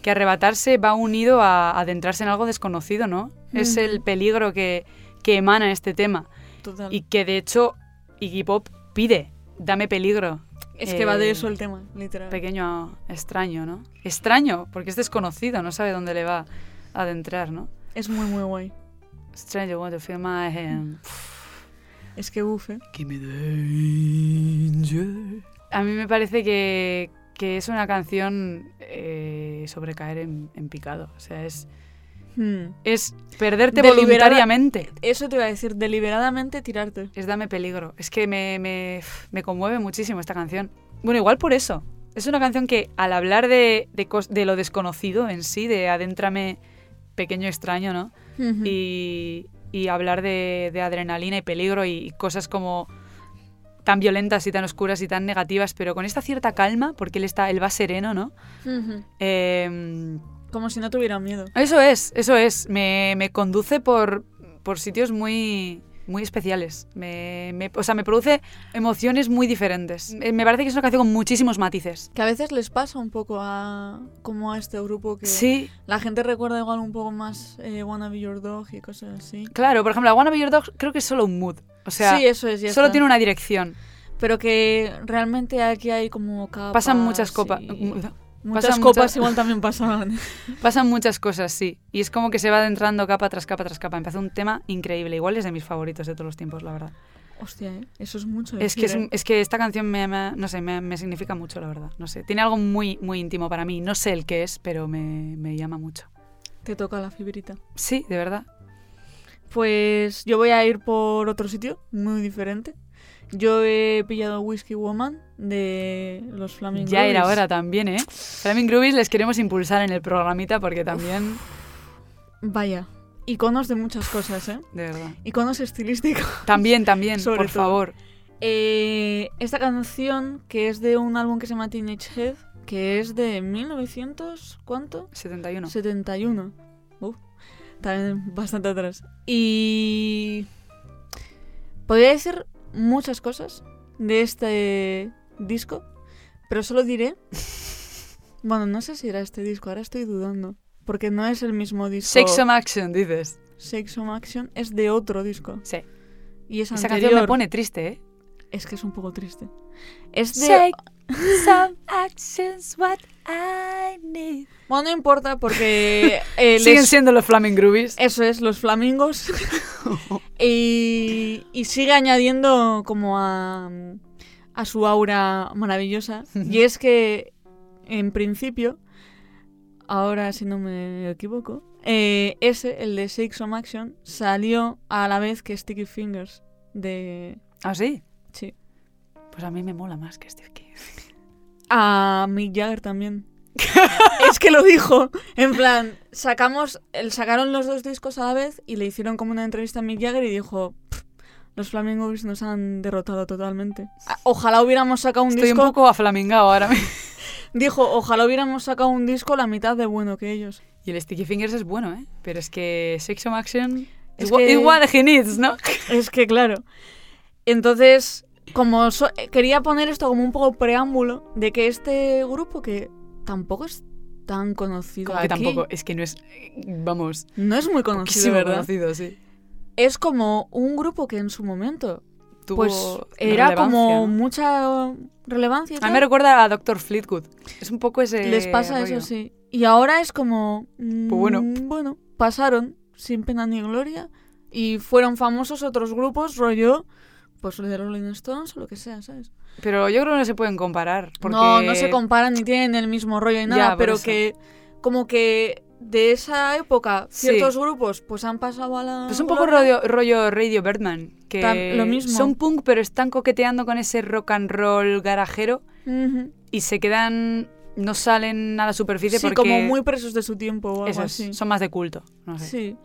que arrebatarse va unido a adentrarse en algo desconocido, ¿no? Es
Ujú.
el peligro que, que emana este tema.
Total.
Y que de hecho Iggy Pop pide, dame peligro.
es que va
eh,
de eso el tema, literal.
Pequeño extraño, ¿no? Extraño, porque es desconocido, no sabe dónde le va a adentrar, ¿no?
Es muy, muy guay.
Strange want to feel my hand.
Es que eh. bufe.
Give me danger. A mí me parece que, que es una canción eh, sobre caer en, en picado. O sea, es,
Hmm.
es perderte
Deliberada-
voluntariamente.
Eso te iba a decir, deliberadamente tirarte.
Es dame peligro. Es que me, me, me conmueve muchísimo esta canción. Bueno, igual por eso. Es una canción que al hablar de, de, cos- de lo desconocido en sí, de adéntrame pequeño extraño, ¿no?
Y
y, y hablar de, de adrenalina y peligro y, y cosas como tan violentas y tan oscuras y tan negativas, pero con esta cierta calma, porque él está, él va sereno, ¿no? Eh,
Como si no tuviera miedo.
eso es, eso es. Me, me conduce por, por sitios muy, muy especiales. Me, me- o sea, me produce emociones muy diferentes. Eh, Me parece que es una canción con muchísimos matices.
Que a veces les pasa un poco a como a este grupo que
Sí,
la gente recuerda igual un poco más eh, Wanna Be Your Dog y cosas así.
claro. Por ejemplo, la Wanna Be Your Dog creo que es solo un mood. O sea,
sí, eso es. ya
solo
está.
tiene una dirección.
Pero que realmente aquí hay como capas.
Pasan muchas copas.
y- Muchas
pasan
copas
muchas-
igual también pasaban.
Pasan muchas cosas, sí. Y es como que se va adentrando capa tras capa tras capa. Me parece un tema increíble. Igual es de mis favoritos de todos los tiempos, la verdad.
Hostia, ¿eh? eso es mucho.
Es que, es,
decir, ¿eh?
es que esta canción me, me- no sé, me, me significa mucho, la verdad. No sé. Tiene algo muy, muy íntimo para mí. No sé el qué es, pero me, me llama mucho.
Te toca la fibrita.
Sí, de verdad.
Pues yo voy a ir por otro sitio, muy diferente. Yo he pillado Whiskey Woman de los Flamingos.
ya era hora también, ¿eh? Flaming Groovies les queremos impulsar en el programita porque también,
Vaya, iconos de muchas cosas, ¿eh?
de verdad.
Iconos estilísticos.
También, también,
Sobre
por
todo.
favor.
Eh, esta canción, que es de un álbum que se llama Teenage Head, que es de 1900, ¿cuánto?
71.
71. Uf, también bastante atrás. Y. Podría decir muchas cosas de este disco, pero solo diré. Bueno, no sé si era este disco, ahora estoy dudando. Porque no es el mismo disco.
Sex Some Action, dices.
Sex on Action es de otro disco.
Sí.
Y es
Esa
anterior.
canción me pone triste, ¿eh?
Es que es un poco triste. Es de.
Take some actions what I need.
Bueno, no importa porque. eh,
Siguen
les-
siendo los Flaming Groovies.
Eso es, los flamingos. y, y sigue añadiendo como a, a su aura maravillosa. Y es que, en principio, ahora si no me equivoco, eh, ese, el de Six Some Action, salió a la vez que Sticky Fingers de...
¿Ah, sí?
Sí.
Pues a mí me mola más que este Steve King.
A Mick Jagger también. es que lo dijo. En plan, sacamos, el- sacaron los dos discos a la vez y le hicieron como una entrevista a Mick Jagger y dijo, "Pff, los Flamingos nos han derrotado totalmente. A- Ojalá hubiéramos sacado un
Estoy
disco.
un poco aflamingado ahora mismo.
Dijo, ojalá hubiéramos sacado un disco la mitad de bueno que ellos.
Y el Sticky Fingers es bueno, ¿eh? Pero es que Sex Some Action
Es
es what,
que-
is what he needs, ¿no?
Es que claro. Entonces, como so- eh, quería poner esto como un poco preámbulo de que este grupo que tampoco es tan conocido
Como que
aquí,
tampoco, es que no es, vamos,
no es muy conocido,
muchísimo
¿verdad?
conocido, sí.
es como un grupo que en su momento
Tuvo
pues era
relevancia,
como
¿no?
mucha relevancia. y
A mí
tal.
me recuerda a Doctor Fleetwood. Es un poco ese
Les pasa
rollo.
eso, sí. Y ahora es como... mm,
Pues bueno.
Bueno, pasaron sin pena ni gloria y fueron famosos otros grupos, rollo, pues los de Rolling Stones o lo que sea, ¿sabes?
Pero yo creo que no se pueden comparar. Porque
No, no se comparan ni tienen el mismo rollo ni
Ya,
nada,
por
pero
eso.
que como que de esa época
Sí.
ciertos grupos pues han pasado a la...
Pues un poco
gloria.
rollo, rollo Radio Birdman, que
Tam- lo mismo.
son punk pero están coqueteando con ese rock and roll garajero
Ujú.
y se quedan, no salen a la superficie
Sí,
porque
como muy presos de su tiempo o algo
esos
así.
son más de culto. No sé.
Sí.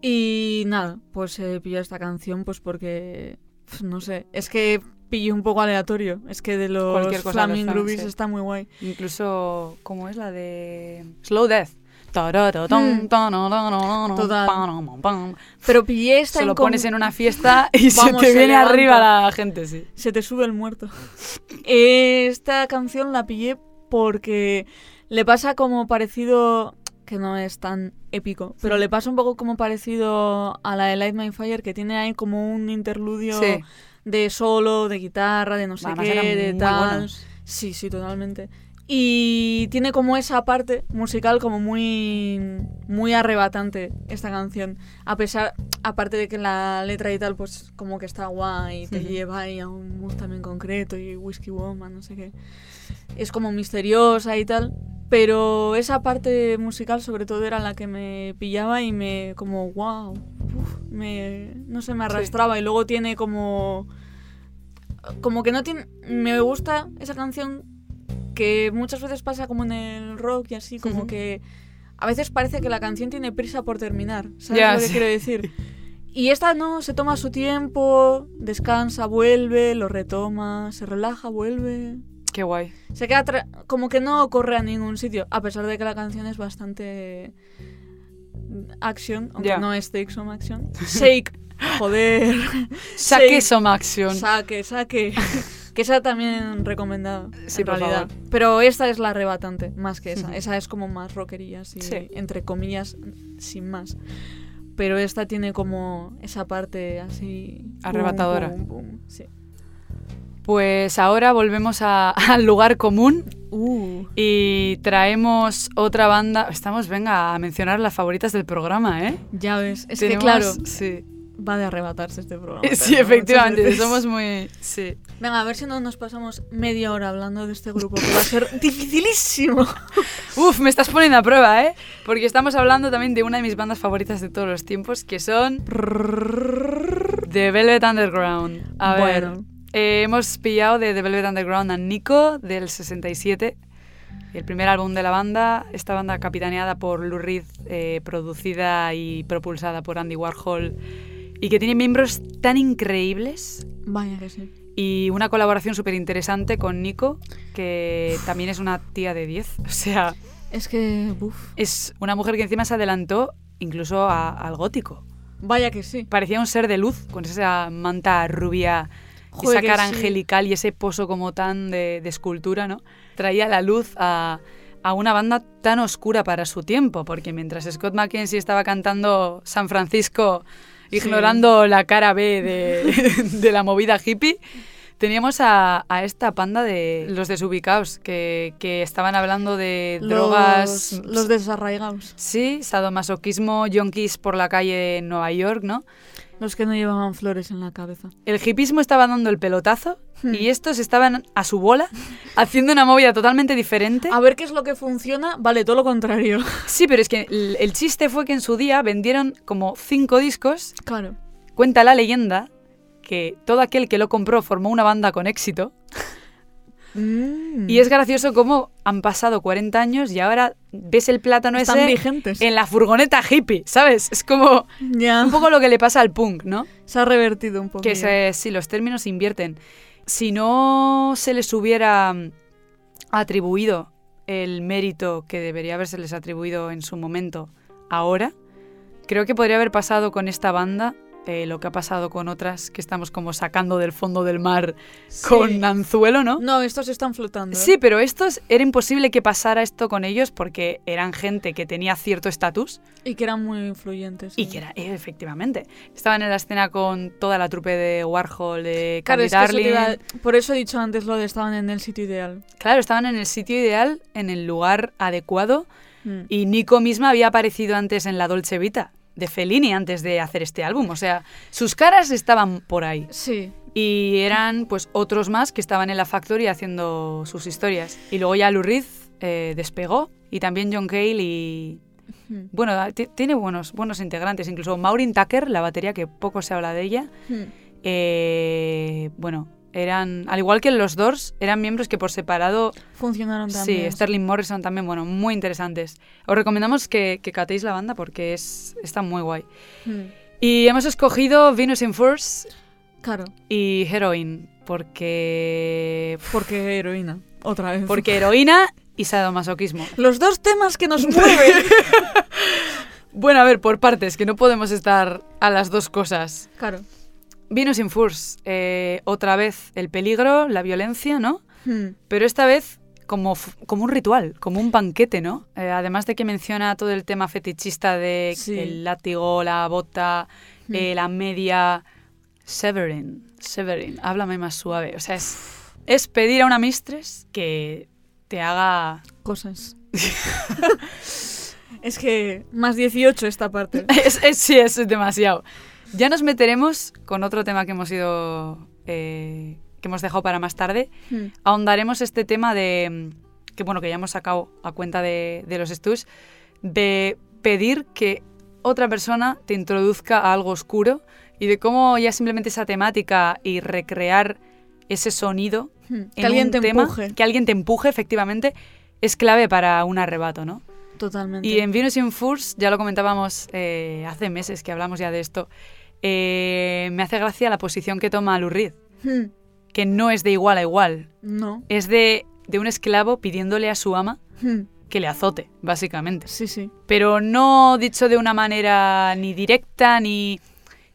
Y nada, pues eh, pillé esta canción pues porque, pf, no sé, es que pillé un poco aleatorio. Es que de los
Cualquier cosa de los
Flaming
Flaming,
Groovies
sí.
está muy guay.
Incluso, ¿cómo es la de Slow Death? Tararotón,
Mm.
tanararararón,
Total.
pam, pam, pam.
Pero pillé esta
Se lo
incon-
pones en una fiesta y se
Vamos,
te
se
viene
levanta.
arriba la gente, sí.
Se te sube el muerto. Esta canción la pillé porque le pasa como parecido, que no es tan épico, pero le pasa un poco como parecido a la de Light My Fire, que tiene ahí como un interludio
Sí.
de solo, de guitarra, de no sé
Además eran
qué, de
muy
tal.
buenos.
Sí, sí, totalmente. Y tiene como esa parte musical como muy muy arrebatante esta canción, a pesar aparte de que la letra y tal, pues como que está guay, te
Ujú.
lleva ahí a un mood también concreto y Whiskey Woman, no sé qué. Es como misteriosa y tal. Pero esa parte musical sobre todo era la que me pillaba y me como wow, uf, me no sé, me
Sí.
arrastraba y luego tiene como como que no tiene me gusta esa canción que muchas veces pasa como en el rock y así como
Ujú.
que a veces parece que la canción tiene prisa por terminar, ¿sabes
Ya,
lo que
sí.
quiero decir? Y esta no, se toma su tiempo, descansa, vuelve, lo retoma, se relaja, vuelve.
Qué guay.
Se queda tra- como que no corre a ningún sitio, a pesar de que la canción es bastante action, aunque
Ya.
no es Take Some Action. Shake, joder,
Saque
Sí.
some action.
saque, saque. que esa también recomendada,
Sí,
en
por
realidad. Pero esta es la arrebatante, más que esa. Esa es como más rockerilla, así,
Sí.
entre comillas, sin más. Pero esta tiene como esa parte así... pum,
Arrebatadora.
pum, pum, sí.
Pues ahora volvemos a- al lugar común
Uh,
y traemos otra banda. Estamos, venga, a mencionar las favoritas del programa, ¿eh?
ya ves, es
Tenemos-
que claro...
Sí.
Va de arrebatarse este programa.
Sí,
pero
efectivamente,
muchas veces.
somos muy... Sí.
Venga, a ver si no nos pasamos media hora hablando de este grupo, que va a ser dificilísimo.
Uf, me estás poniendo a prueba, ¿eh? Porque estamos hablando también de una de mis bandas favoritas de todos los tiempos, que son The Velvet Underground. A ver,
Bueno.
eh, hemos pillado de The Velvet Underground a Nico del 67, el primer álbum de la banda. Esta banda capitaneada por Lou Reed, eh, producida y propulsada por Andy Warhol, y que tiene miembros tan increíbles
Vaya que sí.
y una colaboración súper interesante con Nico, que también es una tía de 10. O sea,
Es que, buf.
es una mujer que encima se adelantó incluso a- al gótico.
Vaya que sí.
Parecía un ser de luz, con esa manta rubia,
Joder,
esa
que
cara
sí.
angelical y ese pozo como tan de, de escultura, ¿no? Traía la luz a, a una banda tan oscura para su tiempo, porque mientras Scott Mackenzie estaba cantando San Francisco,
Sí.
ignorando la cara B de, de la movida hippie, teníamos a, a esta panda de los desubicados, que, que estaban hablando de drogas...
Los, los desarraigados.
Sí, sadomasoquismo, yonkis por la calle en Nueva York, ¿no?
Los que no llevaban flores en la cabeza.
El hipismo estaba dando el pelotazo
Hmm.
y estos estaban a su bola haciendo una movida totalmente diferente.
A ver qué es lo que funciona. Vale, todo lo contrario.
Sí, pero es que el, el chiste fue que en su día vendieron como cinco discos.
Claro.
Cuenta la leyenda que todo aquel que lo compró formó una banda con éxito.
Mm.
Y es gracioso cómo han pasado 40 años y ahora ves el plátano
Están
ese
vigentes.
en la furgoneta hippie, ¿sabes? Es como
Ya.
un poco lo que le pasa al punk, ¿no?
Se ha revertido un poco.
Que se- si los términos se invierten, si no se les hubiera mm, atribuido el mérito que debería haberse les atribuido en su momento ahora, creo que podría haber pasado con esta banda eh, lo que ha pasado con otras que estamos como sacando del fondo del mar con anzuelo, ¿no?
No, estos están flotando. ¿eh?
Sí, pero estos era imposible que pasara esto con ellos porque eran gente que tenía cierto estatus
Y que eran muy influyentes.
y
sí.
que era, eh, efectivamente, estaban en la escena con toda la trupe de Warhol, de
Claro,
Candy
es que eso te
Darling.
iba- por eso he dicho antes lo de estaban en el sitio ideal.
Claro, estaban en el sitio ideal, en el lugar adecuado.
Mm.
Y Nico misma había aparecido antes en la Dolce Vita, de Fellini, antes de hacer este álbum. O sea, sus caras estaban por ahí.
Sí,
Y eran pues otros más que estaban en la Factory haciendo sus historias. Y luego ya Lou Reed eh, despegó. Y también John Cale y...
Hmm.
Bueno, ah, ti- tiene buenos, buenos integrantes. Incluso Maureen Tucker, la batería, que poco se habla de ella.
Mm.
Eh, bueno, eran, al igual que los Doors, eran miembros que por separado,
funcionaron
sí,
también.
Sterling Morrison también, bueno, muy interesantes. Os recomendamos que, que catéis la banda porque es, está muy guay.
Mm.
Y hemos escogido Venus in Force
Claro,
y Heroin porque...
porque heroína, otra vez.
Porque heroína y sadomasoquismo.
los dos temas que nos mueven.
Bueno, a ver, por partes, que no podemos estar a las dos cosas.
claro.
Venus in Force, eh, otra vez el peligro, la violencia, ¿no?
Mm.
Pero esta vez como, f- como un ritual, como un banquete, ¿no? Eh, además de que menciona todo el tema fetichista de
Sí.
el látigo, la bota, eh, la media. Severin, Severin, háblame más suave. O sea, es, es pedir a una mistress que te haga...
Cosas. Es que más 18 esta parte.
Es- es- sí, es demasiado. Ya nos meteremos con otro tema que hemos ido. eh, que hemos dejado para más tarde.
Hmm.
Ahondaremos este tema de. mm, que bueno, que ya hemos sacado a cuenta de, de los stus. de pedir que otra persona te introduzca a algo oscuro y de cómo ya simplemente esa temática y recrear ese sonido
Hmm.
en
Que alguien
un
te
tema,
empuje.
que alguien te empuje efectivamente, es clave para un arrebato, ¿no?
Totalmente.
Y en Vino sin Furs, ya lo comentábamos eh, hace meses que hablamos ya de esto, eh, me hace gracia la posición que toma Lurrid,
Hmm.
que no es de igual a igual,
No.
es de, de un esclavo pidiéndole a su ama
Hmm.
que le azote, básicamente.
Sí, sí.
Pero no dicho de una manera ni directa ni,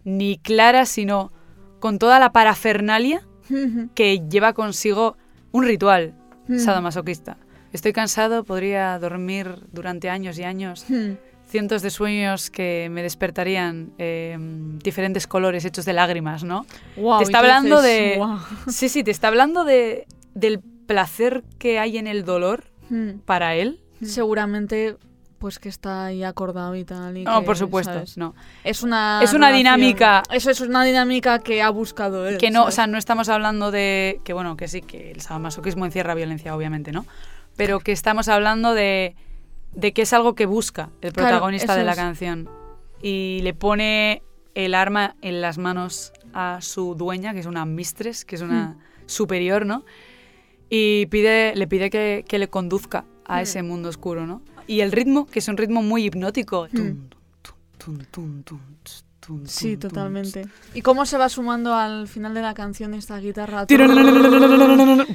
ni clara, sino con toda la parafernalia
Hmm,
que lleva consigo un ritual
hmm.
sadomasoquista. Estoy cansado, podría dormir durante años y años
Hmm.
cientos de sueños que me despertarían eh, diferentes colores hechos de lágrimas, ¿no?
Guau,
Te está
y tú
hablando
dices,
de-
"Guau".
Sí, sí, te está hablando de, del placer que hay en el dolor
Hmm.
para él.
Seguramente, pues que está ahí acordado y tal. y
No,
que,
Ah, por supuesto,
¿sabes?
no.
Es una.
Es una
relación-
dinámica.
Eso es una dinámica que ha buscado él.
Que no, o
¿sabes?
sea, no estamos hablando de que bueno, que sí que el sadomasoquismo encierra violencia, obviamente, ¿no? Pero que estamos hablando de de que es algo que busca el
Claro,
protagonista de
eso
la
es.
canción y le pone el arma en las manos a su dueña, que es una mistress, que es una
Hmm.
superior, ¿no? Y pide, le pide que, que le conduzca a
Mm.
ese mundo oscuro, ¿no? Y el ritmo, que es un ritmo muy hipnótico. Tum, tum, tum, tum, tum, ts, tum,
Hmm. Sí,
tum, tum, ts,
totalmente. ¿Y cómo se va sumando al final de la canción esta guitarra?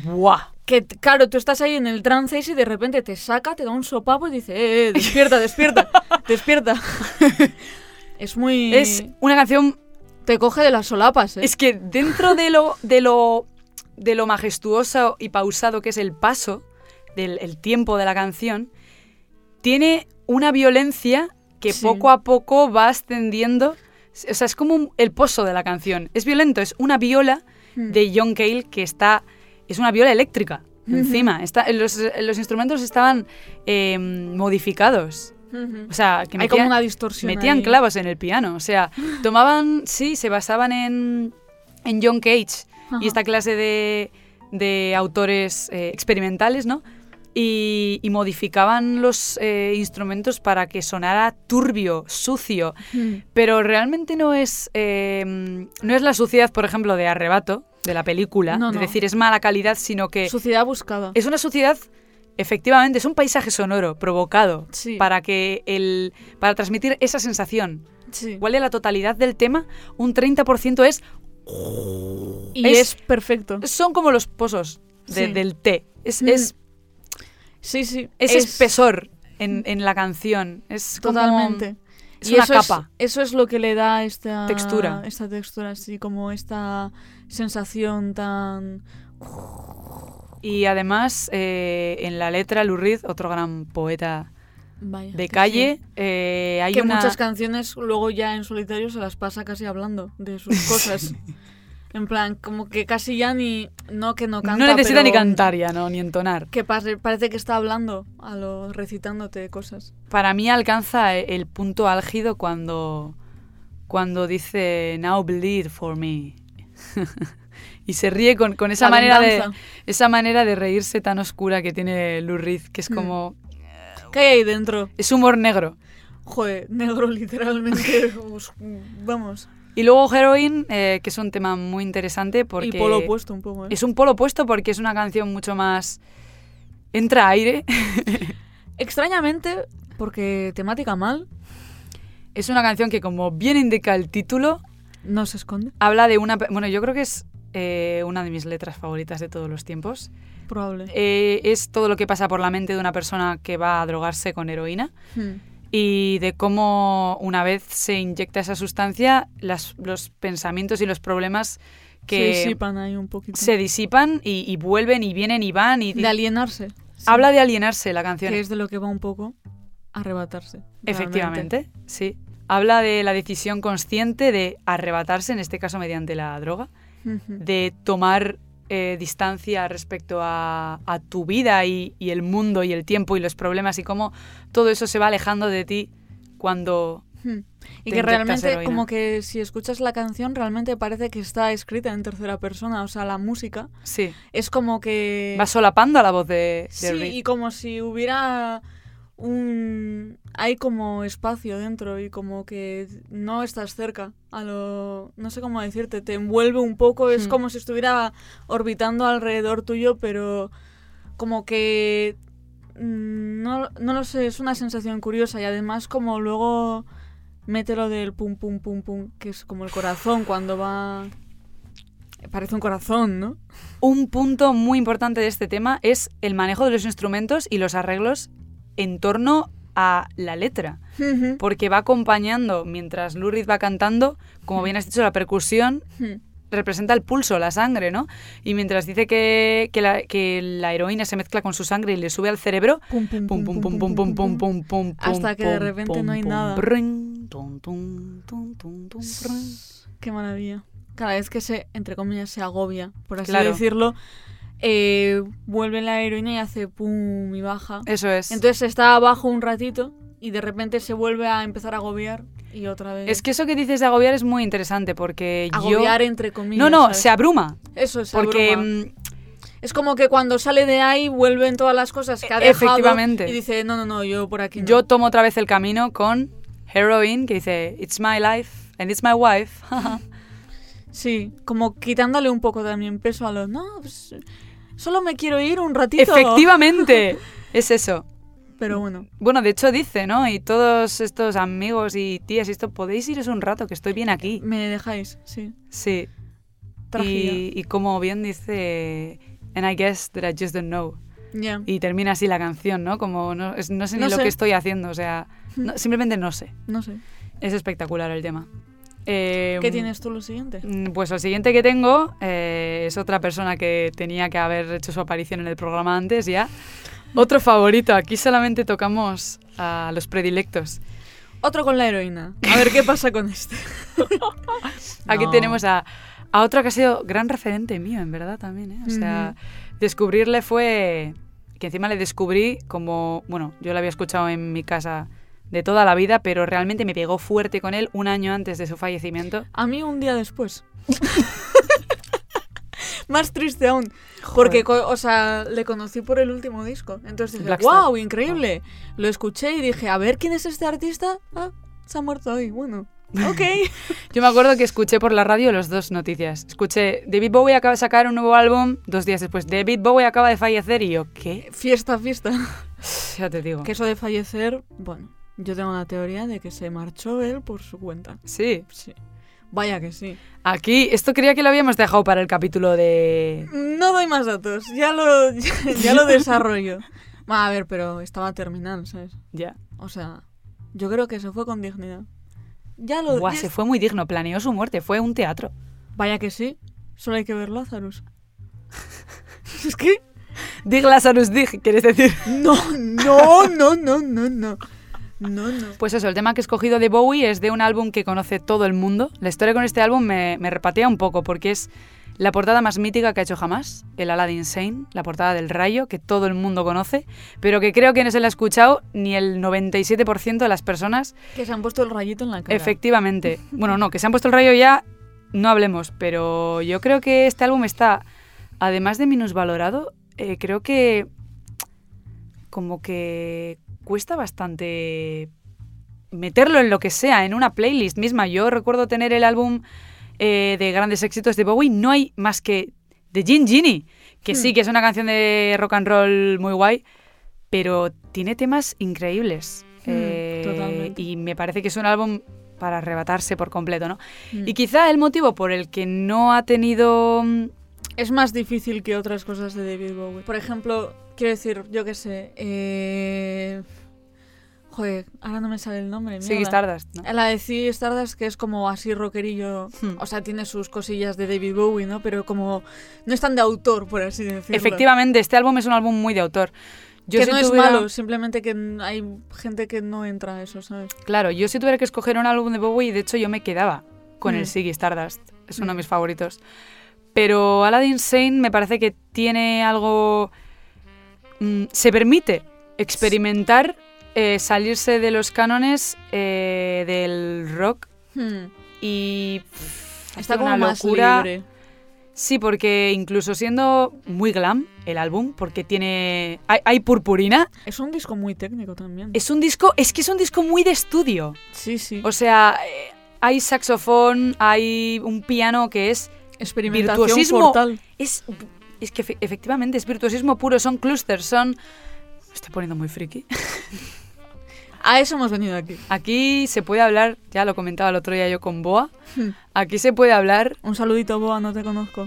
Buah.
Que t- claro, tú estás ahí en el trance ese y de repente te saca, te da un sopapo y dice, eh, eh, despierta, despierta, despierta. es muy...
Es una canción.
Te coge de las solapas, ¿eh?
Es que dentro de lo, de lo, de lo majestuoso y pausado que es el paso, del el tiempo de la canción, tiene una violencia que
Sí.
poco a poco va ascendiendo. O sea, es como un- el pozo de la canción. Es violento, es una viola
Mm.
de John Cale que está. Es una viola eléctrica.
Ujú.
Encima, está, los, los instrumentos estaban eh, modificados.
Ujú.
O sea, que
Hay
metían-
como una distorsión.
Metían
ahí.
clavos en el piano, o sea, tomaban, sí, se basaban en, en John Cage
Ajá.
y esta clase de, de autores eh, experimentales, ¿no? Y, y modificaban los eh, instrumentos para que sonara turbio, sucio,
Mm.
pero realmente no es, eh, no es la suciedad, por ejemplo, de Arrebato, de la película,
No, no.
es decir, es mala calidad, sino que
Suciedad buscada.
Eh, es una suciedad, efectivamente, es un paisaje sonoro provocado
Sí.
para que el para transmitir esa sensación.
Sí.
Igual de la totalidad del tema, un 30% es
Y
es-
es, perfecto.
son como los pozos de-
Sí.
del té. Es,
Mm.
es,
Sí, sí.
es espesor en, en la canción. Es como-
Totalmente.
es una
eso
capa.
eso es lo que le da esta
Textura.
Esta textura, así como esta sensación tan.
Y además, eh, en la letra, Lurid, otro gran poeta
Vaya,
de
sí.
calle, eh, hay
que
una...
muchas canciones luego ya en solitario se las pasa casi hablando de sus cosas. en plan, como que casi ya ni. No, que no canta.
no necesita
pero
ni cantar ya, ¿no? ni entonar.
Que pase- parece que está hablando, a lo recitándote cosas.
Para mí alcanza e- el punto álgido cuando, cuando dice Now bleed for me. y se ríe con, con esa
La
manera de,
venganza.
esa manera de reírse tan oscura que tiene Lou Reed, que
Mm.
es como.
¿Qué hay ahí dentro?
Es humor negro.
Joder, negro literalmente. os- Vamos.
Y luego Heroin, eh, que es un tema muy interesante porque.
Y polo opuesto un poco, ¿eh?
Es un polo opuesto porque es una canción mucho más. Entra aire.
Extrañamente, porque temática mal,
es una canción que, como bien indica el título,
no se esconde,
habla de una. pe- Bueno, yo creo que es eh, una de mis letras favoritas de todos los tiempos.
probable.
Eh, es todo lo que pasa por la mente de una persona que va a drogarse con heroína.
Hmm.
y de cómo una vez se inyecta esa sustancia, las- los pensamientos y los problemas que
Se disipan ahí un poquito.
se disipan y, y vuelven y vienen y van. y
de alienarse. sí,
Habla de alienarse la canción.
Que es de lo que va un poco arrebatarse. realmente.
Efectivamente, sí. Habla de la
Hmm,
decisión consciente de arrebatarse, en este caso mediante la droga,
Ujú.
de tomar eh, distancia respecto a, a tu vida y, y el mundo y el tiempo y los problemas y cómo todo eso se va alejando de ti cuando
Hmm.
Te
Y que
inyectas
realmente,
heroína.
como que si escuchas la canción, realmente parece que está escrita en tercera persona, o sea, la música.
sí
Es como que...
va solapando a la voz de, de
Eh, sí,
Reed.
y como si hubiera un... Hay como espacio dentro y como que no estás cerca a lo... No sé cómo decirte, te envuelve un poco, es
Hmm.
como si estuviera orbitando alrededor tuyo, pero como que... mm, No, no lo sé, es una sensación curiosa y además como luego mételo del pum pum pum pum, que es como el corazón cuando va... Parece un corazón, ¿no?
Un punto muy importante de este tema es el manejo de los instrumentos y los arreglos en torno a la letra,
Ujú.
porque va acompañando mientras Lou Reed va cantando,
Mm.
como bien has dicho, la percusión
Hmm.
representa el pulso, la sangre, ¿no? Y mientras dice que, que la, que la heroína se mezcla con su sangre y le sube al cerebro, pum, pum, pum, pum, pum, pum, pum, pum,
Hasta que de
pum,
repente
pum,
no hay
pum,
nada.
brin, tun, tun, tun, tun, tun, brin.
Qué maravilla. Cada vez que se, entre comillas, se agobia, por así
Claro.
decirlo, eh, vuelve la heroína y hace pum y baja.
Eso es.
Entonces está abajo un ratito y de repente se vuelve a empezar a agobiar y otra vez.
es que eso que dices de agobiar es muy interesante porque yo...
agobiar entre comillas.
No, no,
¿sabes?
se abruma.
Eso se
Porque
abruma.
mm,
es como que cuando sale de ahí vuelven todas las cosas que ha dejado
Efectivamente.
y dice, "No, no, no, yo por aquí no".
yo tomo otra vez el camino con Heroin, que dice, It's my life and it's my wife.
Sí, como quitándole un poco también peso a los, no, pues, solo me quiero ir un ratito.
Efectivamente, es eso.
Pero bueno.
Bueno, de hecho dice, ¿no? Y todos estos amigos y tías y esto, podéis iros un rato, que estoy bien aquí.
Me dejáis, sí.
Sí.
Tragedia.
Y, y como bien dice, And I guess that I just don't know.
Ya.
Y termina así la canción, ¿no? Como no, es- no sé ni
No
lo
sé.
que estoy haciendo, o sea, no- simplemente no sé.
No sé.
Es espectacular el tema. Eh,
¿Qué tienes tú lo siguiente?
Mm, Pues el siguiente que tengo eh, es otra persona que tenía que haber hecho su aparición en el programa antes ya. Otro favorito, aquí solamente tocamos a los predilectos.
Otro con la heroína. A ver qué pasa con este.
Aquí
No.
tenemos a, a otro que ha sido gran referente mío, en verdad también. ¿eh? O sea, descubrirle fue... Que encima le descubrí como... Bueno, yo lo había escuchado en mi casa de toda la vida, pero realmente me pegó fuerte con él un año antes de su fallecimiento.
A mí un día después. Más triste aún. Porque, co- o sea, le conocí por el último disco. Entonces dije,
Blackstar.
wow, increíble. Lo escuché y dije, a ver quién es este artista. Ah, se ha muerto hoy. Bueno, ok.
Yo me acuerdo que escuché por la radio las dos noticias. Escuché, David Bowie acaba de sacar un nuevo álbum dos días después. David Bowie acaba de fallecer y yo, ¿qué?
fiesta, fiesta.
Ya te digo.
Que eso de fallecer, bueno, yo tengo la teoría de que se marchó él por su cuenta.
Sí.
Sí. Vaya que sí.
Aquí, esto creía que lo habíamos dejado para el capítulo de...
No doy más datos, ya lo, ya, lo desarrollo. Va, a ver, pero estaba terminal, ¿sabes?
Ya.
O sea, yo creo que se fue con dignidad. Ya lo...
Buah,
ya-
se fue muy digno, planeó su muerte, fue un teatro.
Vaya que sí, solo hay que ver Lazarus. es que...
Dig Lazarus Dig, ¿quieres decir?
No, no, no, no, no, no. No, no.
Pues eso, el tema que he escogido de Bowie es de un álbum que conoce todo el mundo. La historia con este álbum me, me repatea un poco porque es la portada más mítica que ha hecho jamás, el Aladdin Sane, la portada del rayo que todo el mundo conoce, pero que creo que no se la ha escuchado ni el 97% de las personas.
Que se han puesto el rayito en la cara.
Efectivamente, bueno, no, que se han puesto el rayo ya, no hablemos, pero yo creo que este álbum está, además de minusvalorado, eh, creo que como que cuesta bastante meterlo en lo que sea, en una playlist misma. Yo recuerdo tener el álbum eh, de grandes éxitos de Bowie, no hay más que The Gin Genie, que sí,
Hmm.
que es una canción de rock and roll muy guay, pero tiene temas increíbles. eh,
Hmm, totalmente.
y me parece que es un álbum para arrebatarse por completo, ¿no?
Mm.
Y quizá el motivo por el que no ha tenido... mm,
Es más difícil que otras cosas de David Bowie. Por ejemplo, quiero decir, yo qué sé. Eh... Joder, ahora no me sale el nombre.
Ziggy
mierda.
Stardust, ¿no?
La de Ziggy Stardust, que es como así rockerillo.
Hmm.
O sea, tiene sus cosillas de David Bowie, ¿no? Pero como. No es tan de autor, por así decirlo.
Efectivamente, este álbum es un álbum muy de autor. Yo
que
si
no es
tuviera-
malo, simplemente que n- hay gente que no entra a eso, ¿sabes?
Claro, yo si tuviera que escoger un álbum de Bowie, de hecho yo me quedaba con
Mm.
el Ziggy Stardust. Es uno de
Mm.
mis favoritos. Pero Aladdin Sane me parece que tiene algo... mm, se permite experimentar, eh, salirse de los cánones eh, del rock
Hmm.
y... pff,
Está
hacer
como
una
más
locura.
libre.
Sí, porque incluso siendo muy glam el álbum, porque tiene... Hay, hay purpurina.
Es un disco muy técnico también.
Es un disco... Es que es un disco muy de estudio.
Sí, sí.
O sea, eh, hay saxofón, hay un piano que es...
Experimentación
virtuosismo.
mortal.
Es, es que efe- efectivamente es virtuosismo puro, son clusters, son... Me estoy poniendo muy friki.
A eso hemos venido aquí.
Aquí se puede hablar, ya lo comentaba el otro día yo con Boa,
Hmm.
aquí se puede hablar...
Un saludito, Boa, no te conozco.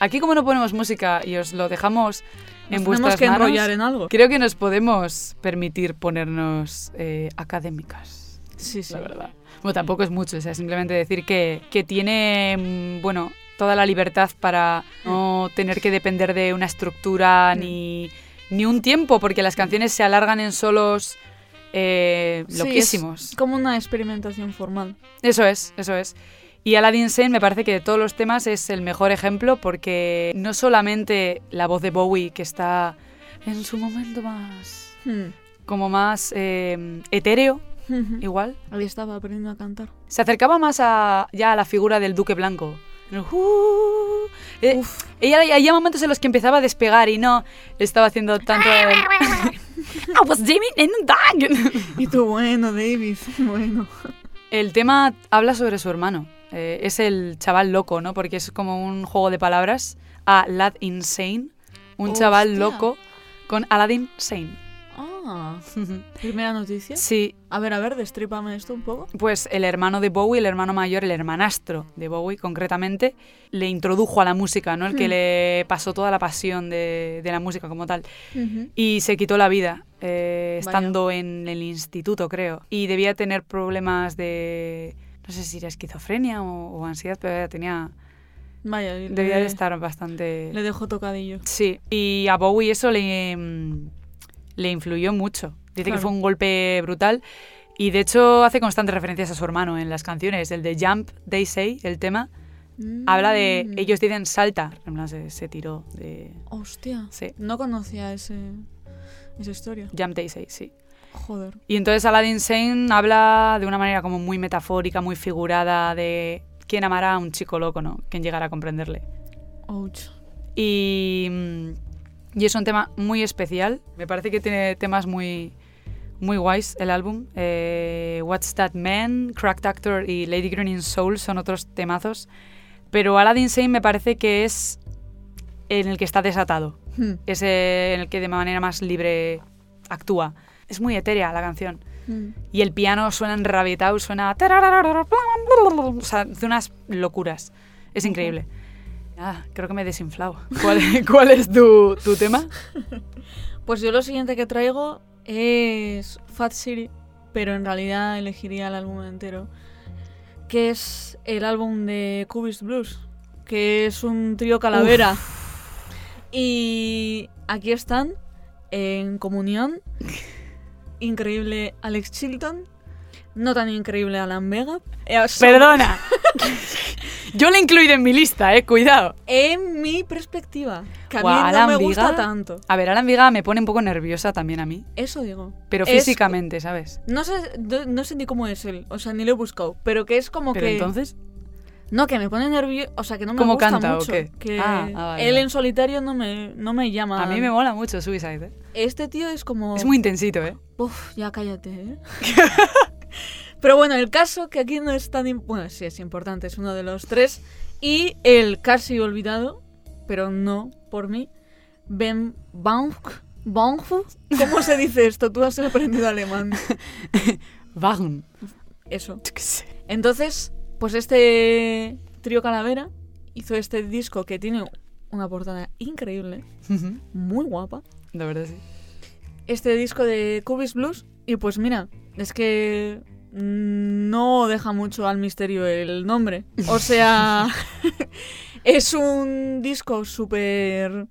Aquí como no ponemos música y os lo dejamos en
Nos tenemos
vuestras
que
manos,
enrollar en algo.
creo que nos podemos permitir ponernos eh, académicas,
Sí, sí.
la verdad. Bueno, tampoco es mucho, o sea, simplemente decir que, que tiene, mm, bueno, toda la libertad para no tener que depender de una estructura
Mm.
ni, ni un tiempo, porque las canciones se alargan en solos eh,
Sí, es-
loquísimos.
Es como una experimentación formal.
Eso es, eso es. Y Aladdin Sane me parece que de todos los temas es el mejor ejemplo porque no solamente la voz de Bowie que está en su momento más
Hmm.
como más eh, etéreo igual
Ahí estaba aprendiendo a cantar.
se acercaba más a, ya a la figura del Duque Blanco. El "Uh". Eh,
Uf.
ella había momentos en los que empezaba a despegar y no le estaba haciendo tanto. el- I was dreaming in the dark.
Y tú, bueno, David, bueno.
El tema habla sobre su hermano. Eh, es el chaval loco, ¿no? Porque es como un juego de palabras. A Lad Insane. Un chaval
Hostia.
loco con Aladdin Sane.
Ah, primera noticia.
sí,
A ver, a ver, destrípame esto un poco.
pues el hermano de Bowie, el hermano mayor, el hermanastro de Bowie concretamente, le introdujo a la música, ¿no? El que
Hmm.
le pasó toda la pasión de, de la música como tal. Y se quitó la vida, eh,
Vaya.
estando en el instituto, creo. Y debía tener problemas de... No sé si era esquizofrenia o, o ansiedad, pero ya tenía...
Vaya,
Debía
le,
de estar bastante...
Le dejo tocadillo.
Sí, y a Bowie eso le, mm, le influyó mucho. Dice que
Claro.
fue un golpe brutal y de hecho hace constantes referencias a su hermano en las canciones. El de Jump, They Say, el tema, habla de...
Mm.
Ellos dicen salta. En plan, se, se tiró de...
Hostia.
Sí,
No conocía ese, esa historia.
Jump, They Say, sí.
Joder.
Y entonces Aladdin Sane habla de una manera como muy metafórica, muy figurada de quién amará a un chico loco, ¿no? Quién llegará a comprenderle.
Ouch.
Y, mm, y es un tema muy especial. Me parece que tiene temas muy, muy guays el álbum. Eh, What's That Man, Cracked Actor y Lady Green in Soul son otros temazos. Pero Aladdin Sane me parece que es en el que está desatado.
Hmm.
Es eh, en el que de manera más libre actúa. Es muy etérea la canción.
Hmm.
Y el piano suena enrabietado, suena... O sea, de unas locuras. Es increíble. Ah, creo que me he desinflado. ¿Cuál, cuál es tu, tu tema?
Pues yo lo siguiente que traigo es Fat City, pero en realidad elegiría el álbum entero, que es el álbum de Cubist Blues, que es un trío calavera. Y aquí están, en comunión, increíble Alex Chilton, no tan increíble Alan Vega. eh, son-
Perdona. Yo lo he incluido en mi lista, eh. Cuidado.
En mi perspectiva, que a
Guau,
mí
Alan
no me gusta
Vega.
tanto.
A ver, Alan Viga me pone un poco nerviosa también a mí.
Eso digo.
Pero
Es-
físicamente, ¿sabes?
No sé, no, no sé ni cómo es él, o sea, ni lo he buscado, pero que es como
Pero
que...
entonces...
No, que me pone nervioso, o sea, que no me
¿Cómo
gusta
canta o
mucho.
qué?
Que
Ah, ah, vale,
él
vale.
en solitario no me, no me llama.
A mí me mola mucho Suicide, eh.
Este tío es como...
Es muy intensito, eh.
Uf, ya cállate, ¿eh? pero bueno, el caso que aquí no es tan... im- Bueno, sí, es importante, es uno de los tres. Y el casi olvidado, pero no por mí, Ben Bangf. ¿Cómo se dice esto? Tú has aprendido alemán.
Wagen.
Eso. Entonces, pues este trío Calavera hizo este disco que tiene una portada increíble,
Ujú,
muy guapa.
La verdad, sí.
Este disco de Cubis Blues y pues mira, es que no deja mucho al misterio el nombre. O sea, es un disco súper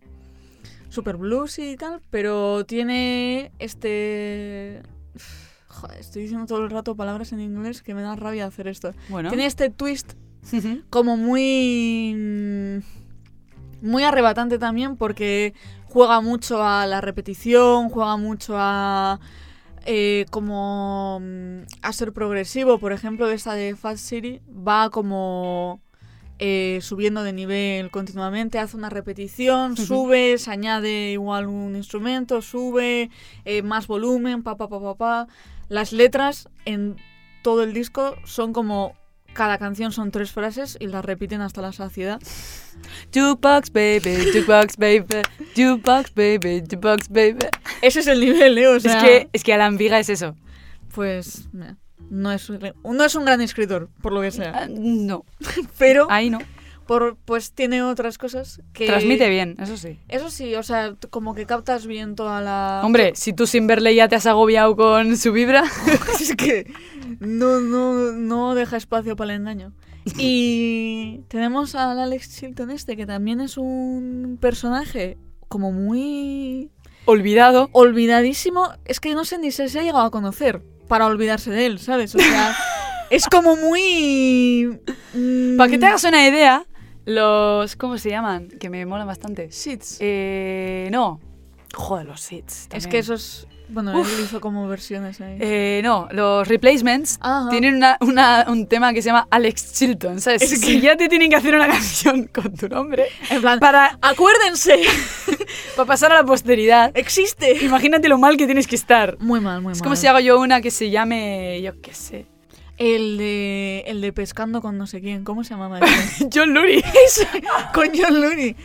super blues y tal, pero tiene este Joder, estoy diciendo todo el rato palabras en inglés que me da rabia hacer esto.
Bueno.
Tiene este twist como muy mm, muy arrebatante también porque juega mucho a la repetición, juega mucho a eh, como mm, a ser progresivo, por ejemplo, esta de Fast City va como eh, subiendo de nivel continuamente, hace una repetición,
Ujú.
sube, se añade igual un instrumento, sube, eh, más volumen, pa pa pa pa pa. Las letras en todo el disco son como cada canción son tres frases y las repiten hasta la saciedad.
Jukebox baby, jukebox baby, jukebox baby, jukebox baby.
Ese es el nivel, ¿eh? O sea,
es, que, es que a la ambiga es eso.
pues mira, no es, un- no es un gran escritor, por lo que sea.
Ah, No,
Pero
ahí no.
por, pues tiene otras cosas que...
Transmite bien, eso sí.
Eso sí, o sea, t- como que captas bien toda la...
Hombre, si tú sin verle ya te has agobiado con su vibra.
es que no, no, no deja espacio para el engaño. Y tenemos al Alex Chilton este, que también es un personaje como muy
Olvidado.
olvidadísimo. Es que no sé ni si se ha llegado a conocer para olvidarse de él, ¿sabes? O sea, es como muy... mm,
Para que te hagas una idea, los. ¿Cómo se llaman? Que me molan bastante.
Shits.
Eh, no. Joder, los hits.
es
también.
que esos... Bueno, él hizo como versiones ahí.
Eh, no, los replacements
Ajá.
tienen una, una- un tema que se llama Alex Chilton, ¿sabes?
Es
Si ya te tienen que hacer una canción con tu nombre
En plan,
para,
acuérdense,
para pasar a la posteridad,
existe.
imagínate lo mal que tienes que estar.
Muy mal, muy mal.
Es como si hago yo una que se llame, yo qué sé,
El de, el de pescando con no sé quién, ¿cómo se llamaba? ese?
John Lurie.
con John Lurie.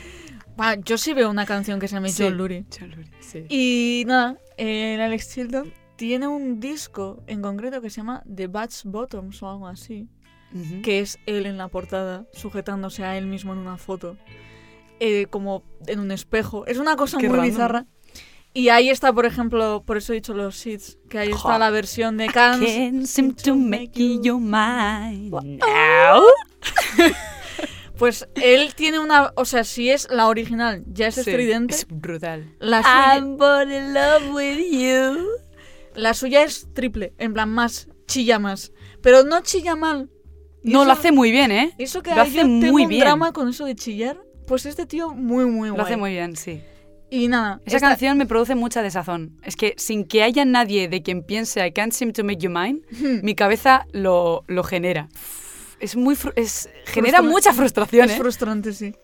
Va, yo sí veo una canción que se llama
Sí.
John Lurie.
John Lurie, sí.
Y nada, el Alex Chilton tiene un disco en concreto que se llama The Batch Bottoms o algo así,
Ujú.
que es él en la portada, sujetándose a él mismo en una foto, eh, como en un espejo. Es una cosa
Qué
muy
random.
bizarra. Y ahí está, por ejemplo, por eso he dicho los Seeds, que ahí está
Jo.
la versión de Cans.
Can't seem to make you mine.
Pues él tiene una. O sea, si es la original, ya es
Sí,
estridente.
Es brutal.
La suya,
born in love with you.
la suya es triple, en plan más, chilla más. Pero no chilla mal. Y
No,
eso-
lo hace muy bien, ¿eh?
Eso que
lo
yo
hace
tengo
muy
un
bien.
drama con eso de chillar, pues este tío muy, muy
Lo
guay.
hace muy bien, sí.
Y nada,
Esa
esta-
canción me produce mucha desazón. Es que sin que haya nadie de quien piense I can't seem to make you mine,
Hmm.
mi cabeza lo, lo genera. Es muy fru- es, genera mucha frustración,
es
¿eh?
frustrante, sí.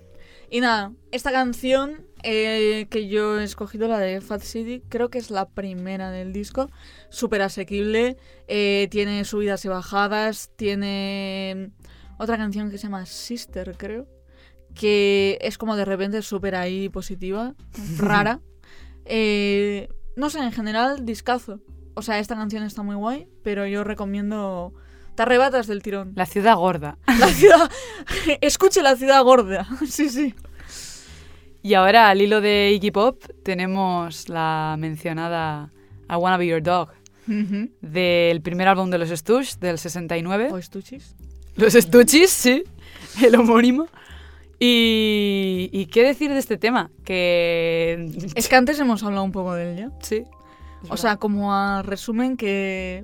Y nada, esta canción eh, que yo he escogido, la de Fat City, creo que es la primera del disco. Súper asequible, eh, tiene subidas y bajadas, tiene mm, otra canción que se llama Sister, creo, que es como de repente súper ahí positiva, rara. Eh, no sé, en general, discazo. O sea, esta canción está muy guay, pero yo recomiendo... Te arrebatas del tirón.
La ciudad gorda.
La ciudad. Escuche la ciudad gorda. Sí, sí.
Y ahora, al hilo de Iggy Pop, tenemos la mencionada I Wanna Be Your Dog del primer álbum de los Stooges, del 69.
¿O estuchis?
Los estuchis, sí, el homónimo. Y, y qué decir de este tema, que...
Es que antes hemos hablado un poco de él ya.
Sí.
O sea, como a resumen que.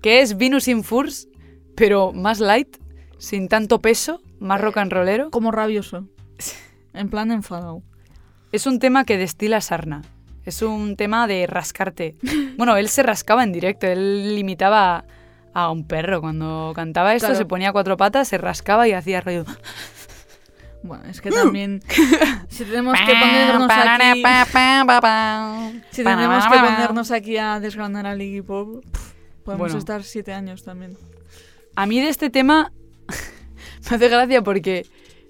que es Venus in Furs, pero más light, sin tanto peso, más rock and rollero.
Como rabioso. En plan enfadado.
Es un tema que destila sarna. Es un tema de rascarte. Bueno, él se rascaba en directo, él limitaba a un perro. Cuando cantaba esto,
Claro.
se ponía a cuatro patas, se rascaba y hacía ruido.
Bueno, es que también. Si tenemos que ponernos aquí. Si tenemos que ponernos aquí a desgranar a Iggy Pop, pff, podemos
Bueno.
estar siete años también.
A mí de este tema me hace gracia porque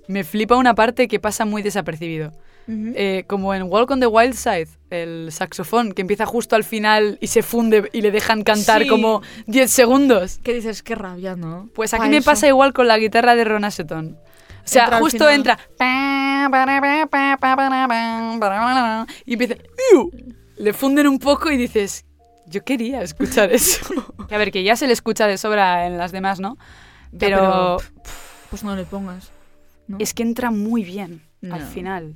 me flipa una parte que pasa muy desapercibido. Eh, como en Walk on the Wild Side, el saxofón que empieza justo al final y se funde y le dejan cantar
Sí.
como 10 segundos.
¿Qué dices? Qué rabia, ¿no?
Pues aquí
Pa'
me
eso.
pasa igual con la guitarra de Ron Asheton. O sea,
Entra al
justo
final.
entra y empieza "Iu". le funden un poco y dices, yo quería escuchar eso. Que a ver, que ya se le escucha de sobra en las demás, ¿no? Pero
pero, Pues no le pongas. ¿no?
es que entra muy bien al
No.
final.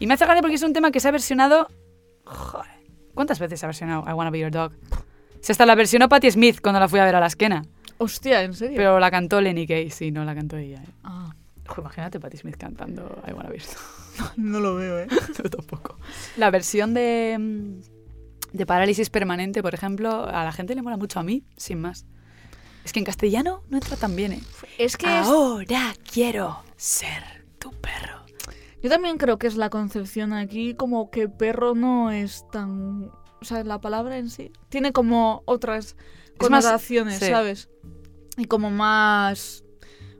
Y me hace gracia porque es un tema que se ha versionado. Joder, ¿Cuántas veces se ha versionado I Wanna Be Your Dog? Si hasta la versionó Patti Smith cuando la fui a ver a la esquena.
Hostia, ¿en serio?
Pero la cantó Lenny Kay, sí, no la cantó ella. ¿eh?
Ah,
Ojo, imagínate a Patti Smith cantando I Wanna Be Your
no lo veo, ¿eh?
Yo tampoco. La versión de, mm, de Parálisis Permanente, por ejemplo, a la gente le mola mucho, a mí, sin más. Es que en castellano no entra tan bien, ¿eh?
Es que es-
Ahora quiero ser tu perro.
yo también creo que es la concepción aquí, como que perro no es tan... O sea, la palabra en sí tiene como otras
Es más-
connotaciones,
sí.
¿sabes? Y como más...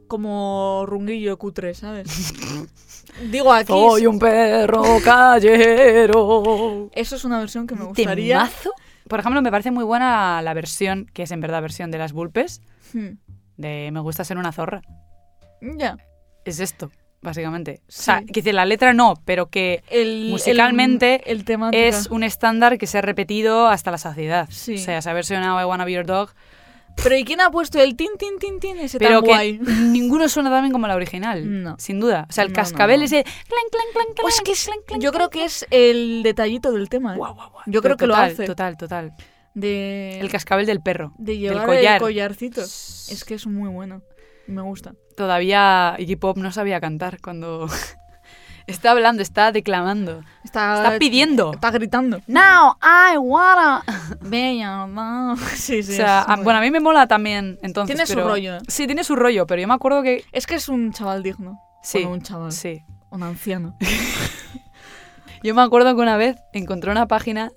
Como runguillo cutre, ¿sabes? Digo aquí...
Soy un perro callejero.
Eso es una versión que me gustaría.
Temazo. Por ejemplo, me parece muy buena la versión, que es en verdad versión de las vulpes,
Hmm.
de Me gusta ser una zorra.
Ya.
Es esto, básicamente. O sea,
Sí.
que dice, la letra no, pero que
El,
Musicalmente
el, el tema
es un estándar que se ha repetido hasta la saciedad.
Sí.
O sea, se ha versionado I Wanna Be Your Dog,
Pero ¿y quién ha puesto el tin tin tin tin ese
pero
tan
que
guay?
ninguno suena tan bien como la original,
No.
sin duda. O sea, el
No, no,
cascabel
no.
ese clan, clan, clan, clan,
Pues que es-
clan, clan,
Yo creo que es el detallito del tema. ¿eh?
Guau, guau, guau.
Yo
Pero
creo que lo
total,
hace. Eh.
Total, total.
De,
El cascabel del perro.
de llevar
collar.
el collarcito.
Es
Es que es muy bueno. Me gusta.
Todavía Iggy Pop no sabía cantar cuando... está hablando, está declamando.
Está,
Está pidiendo.
Está gritando.
Now I wanna...
Bella, no. Sí, sí.
o sea,
es
a-
muy
bueno, a mí me mola también, entonces.
Tiene su
pero-
rollo. ¿eh?
Sí, tiene su rollo, pero yo me acuerdo que...
Es que es un chaval digno.
Sí,
Bueno, un chaval.
sí.
Un anciano.
Yo me acuerdo que una vez encontré una página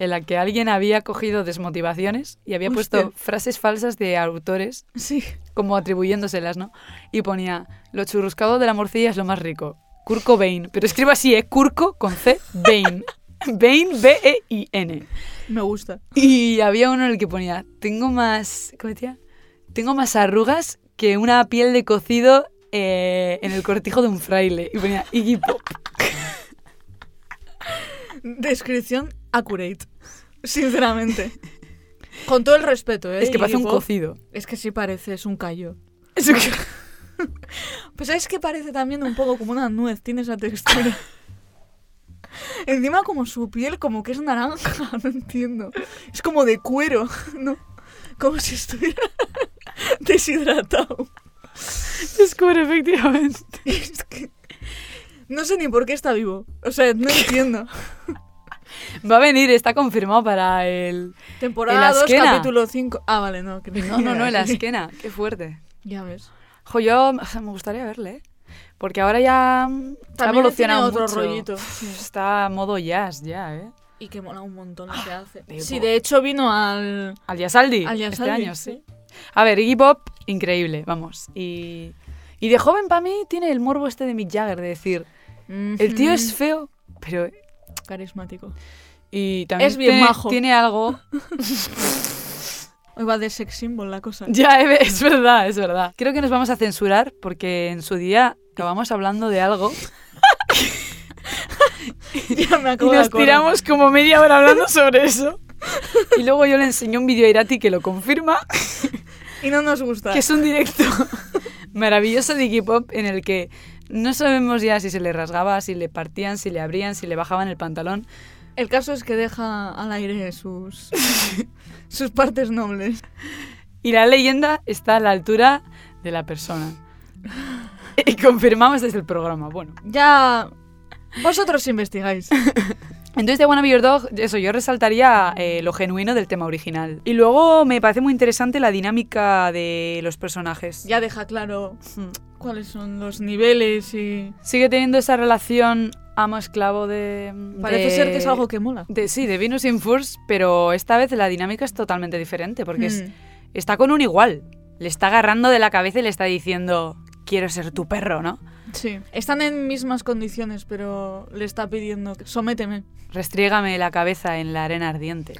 en la que alguien había cogido desmotivaciones y había puesto
Hostia.
frases falsas de autores,
Sí.
como atribuyéndoselas, ¿no? Y ponía, lo churruscado de la morcilla es lo más rico. Curco Bain. Pero escribo así, ¿eh? Curco con C, Bain. Bain, B-E-I-N.
Me gusta.
E Y había uno en el que ponía, tengo más... ¿Cómo decía? Tengo más arrugas que una piel de cocido eh, en el cortijo de un fraile. Y ponía Iggy Pop.
Descripción accurate. Sinceramente. Con todo el respeto, ¿eh?
Es que
Y
parece un
digo,
cocido.
Es que sí parece, es un callo.
Es un-
Pues es que parece también un poco como una nuez, tiene esa textura. Encima como su piel como que es naranja, no entiendo. Es como de cuero, ¿no? Como si estuviera deshidratado.
Descubre, efectivamente.
Es que no sé ni por qué está vivo. O sea, no entiendo.
Va a venir, está confirmado para el. En
Temporada
la
2,
esquena.
capítulo 5. Ah, vale, no. que
No, no, no, en la
que-
esquena. Qué fuerte.
Ya ves.
Jo, yo me gustaría verle, ¿eh? Porque ahora ya mm, ha
También le tiene
evolucionado
otro
mucho.
rollito. sí.
Está modo jazz ya, ¿eh?
Y que mola un montón lo que
Ah,
hace.
Debo.
Sí, de hecho vino al...
Al Yasaldi.
al
este
Yasaldi,
año, sí. A ver, Iggy Pop, increíble, vamos. Y, y de joven, para mí, tiene el morbo este de Mick Jagger, de decir, el tío es feo, pero.
carismático.
Y también
Es bien
tiene,
majo.
tiene algo.
Hoy va de sex symbol la cosa.
Ya, Eve, es verdad, es verdad. Creo que nos vamos a censurar porque en su día acabamos hablando de algo
ya me
y
acabo de
nos
acordar.
tiramos como media hora hablando sobre eso. Y luego yo le enseñé un vídeo a Irati que lo confirma,
Y no nos gusta.
que es un directo maravilloso de Iggy Pop en el que no sabemos ya si se le rasgaba, si le partían, si le abrían, si le bajaban el pantalón.
El caso es que deja al aire sus sus partes nobles.
Y la leyenda está a la altura de la persona. Y confirmamos desde el programa, bueno.
Ya vosotros investigáis.
Entonces, de Wanna Be Your Dog, eso, yo resaltaría eh, lo genuino del tema original. Y luego me parece muy interesante la dinámica de los personajes.
Ya deja claro
Mm.
cuáles son los niveles y
Sigue teniendo esa relación amo-esclavo de...
parece
de-
ser que es algo que mola.
de- sí, de Venus in Furs, pero esta vez la dinámica es totalmente diferente, porque es-
Mm.
está con un igual. Le está agarrando de la cabeza y le está diciendo, quiero ser tu perro, ¿no?
sí, están en mismas condiciones, pero le está pidiendo que sométeme.
Restriégame la cabeza en la arena ardiente.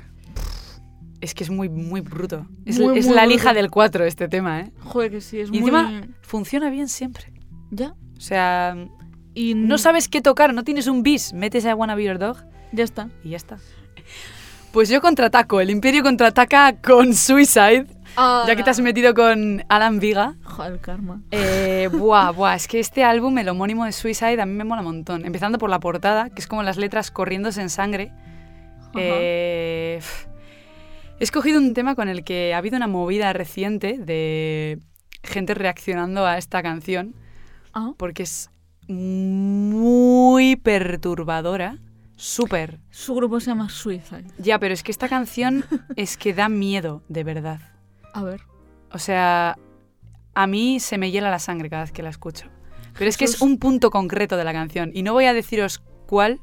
Es que es muy, muy bruto. Es,
Muy,
es
muy
la
bruto.
lija del 4 este tema, ¿eh?
Joder, que sí, es
Y
muy
encima- Funciona bien siempre.
ya
O sea,
y
no sabes qué tocar, no tienes un bis, metes a Wanna Be Your Dog
ya está.
y ya está. Pues yo contraataco, el Imperio contraataca con Suicide, ya que te has metido con Alan Viga.
Joder, karma.
Eh, buah, buah, es que este álbum, el homónimo de Suicide, a mí me mola un montón. Empezando por la Eh, portada, que es como las letras corriéndose en sangre.
Ajá.
Eh, He escogido un tema con el que ha habido una movida reciente de gente reaccionando a esta canción,
Ah.
porque es muy perturbadora, súper.
Su grupo se llama Suicide.
Ya, pero es que esta canción es que da miedo, de verdad.
A ver.
O sea, a mí se me hiela la sangre cada vez que la escucho. Pero es que es
Jesús.
un punto concreto de la canción y no voy a deciros cuál.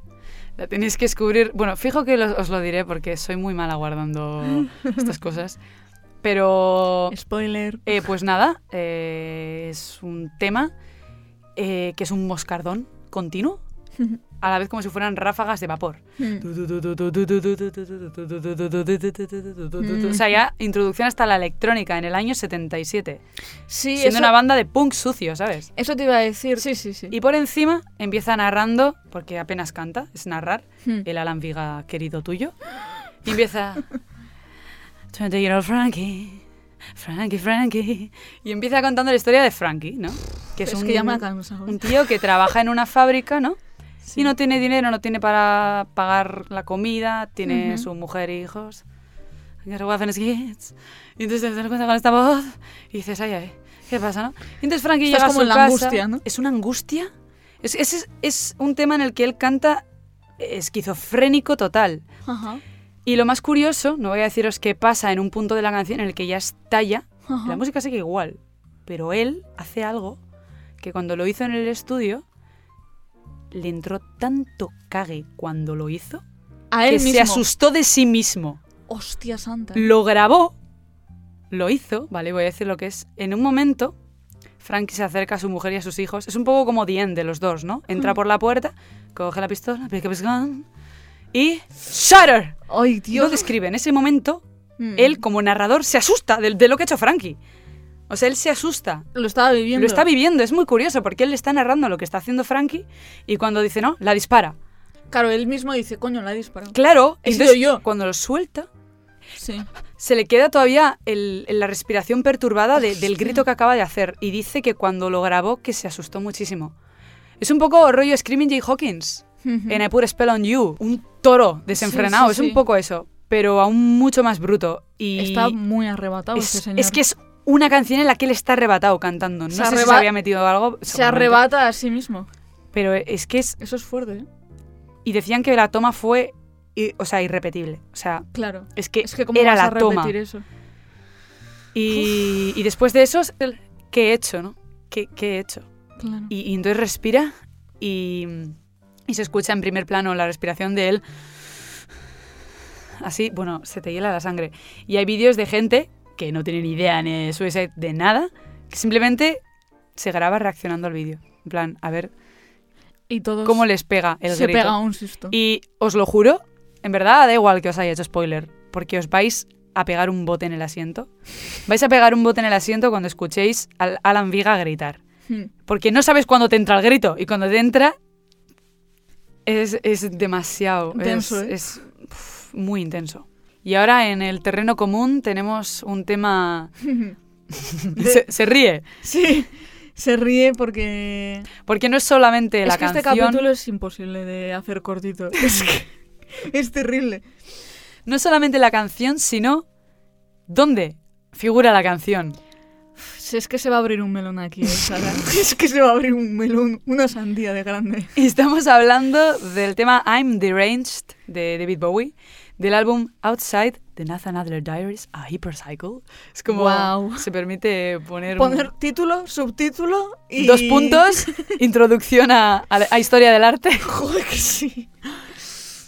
La tenéis que descubrir. Bueno, fijo que lo- os lo diré porque soy muy mala guardando estas cosas. Pero
Spoiler.
eh, pues nada, eh, es un tema eh, que es un moscardón continuo, a la vez como si fueran ráfagas de vapor. O sea, ya introducción hasta la electrónica en el año 77.
sí,
siendo
eso,
una banda de punk sucio, ¿sabes?
eso te iba a decir. Sí, sí, sí.
Y por encima empieza narrando, porque apenas canta, es narrar,
Hmm.
el Alan Viga querido tuyo. Y empieza. 20 year old Frankie, Frankie, Frankie. Y empieza contando la historia de Frankie, ¿no? Que es,
es
un,
que ya me ha cansado.
un tío que trabaja en una fábrica, ¿no?
Sí.
Y no tiene dinero, no tiene para pagar la comida, tiene
Ujú.
su mujer e hijos. Y entonces te das cuenta con esta voz y dices, ay, ay, ¿qué pasa, no? Y entonces Frankie
Estás
llega
como
a su
en la
casa.
angustia, ¿no?
Es una angustia. Es, es- es- es un tema en el que él canta esquizofrénico total.
Ajá,
Y lo más curioso, no voy a deciros qué pasa en un punto de la canción en el que ya estalla.
ajá.
La música sigue igual, pero él hace algo que cuando lo hizo en el estudio le entró tanto cague cuando lo hizo
A
que
él
se
mismo.
asustó de sí mismo.
Hostia santa.
Lo grabó, lo hizo, ¿vale? Voy a decir lo que es. En un momento, Frankie se acerca a su mujer y a sus hijos. Es un poco como The End de los dos, ¿no? Entra
Mm.
por la puerta, coge la pistola, pick up his gun y... ¡Shutter!
Ay,
Lo
Dios.
describe. En ese momento,
Mm.
él como narrador se asusta de, de lo que ha hecho Frankie. O sea, él se asusta.
lo estaba viviendo.
Lo está viviendo, es muy curioso porque él le está narrando lo que está haciendo Frankie y cuando dice no, la dispara.
Claro, él mismo dice, coño, la he disparado.
Claro,
He
y
sido
entonces,
yo.
cuando lo suelta,
Sí.
se le queda todavía el- el- la respiración perturbada de- del
Hostia.
grito que acaba de hacer y dice que cuando lo grabó que se asustó muchísimo. Es un poco rollo Screaming Jay Hawkins en I Put a Spell on You, un toro desenfrenado,
Mm. Sí, sí,
es
sí.
un poco eso, pero aún mucho más bruto. Y
Hmm. Está muy arrebatado
es,
ese
es
señor.
que es una canción en la que él está arrebatado cantando. No
Se
sé si se
arreba-
había metido algo.
se
seguramente,
arrebata a sí mismo.
Pero es que es
Eso es fuerte, ¿eh?
y decían que la toma fue, i- o sea, irrepetible. O sea,
Claro.
es que,
Es que cómo
Eh, era
vas a
la toma.
repetir eso.
Y, y después de eso, es el, ¿qué he hecho, no? ¿Qué, qué he hecho?
Claro.
Y, y entonces respira y, y se escucha en primer plano la respiración de él. Así, bueno, se te hiela la sangre. Y hay vídeos de gente que no tienen idea ni de Suicide de nada, que simplemente se graba reaccionando al vídeo. En plan, a ver
Y, todos
cómo les pega el
Pues se
grito.
pega un susto.
Y os lo juro, en verdad da igual que os haya hecho spoiler, porque os vais a pegar un bote en el asiento. Vais a pegar un bote en el asiento cuando escuchéis al Alan Viga gritar.
Mm.
Porque no sabes cuándo te entra el grito, y cuando te entra es, es demasiado.
Intenso,
es,
¿eh?
es, uf, muy intenso. Y ahora en el terreno común tenemos un tema... Se, se ríe,
Hmm. sí. Se ríe porque...
porque no es solamente la
es que
canción...
este capítulo es imposible de hacer cortito. Es que es terrible.
No solamente la canción, sino... ¿Dónde figura la canción?
Si es que se va a abrir un melón aquí, eh, Sara. es que se va a abrir un melón, una sandía de grande.
Estamos hablando del tema I'm Deranged de David Bowie, del álbum Outside de Nathan Adler Diaries, a Hypercycle. Es como
Wow.
se permite poner, un-
Poner título, subtítulo y...
dos puntos, introducción a, a la- a historia del arte,
Joder, que sí.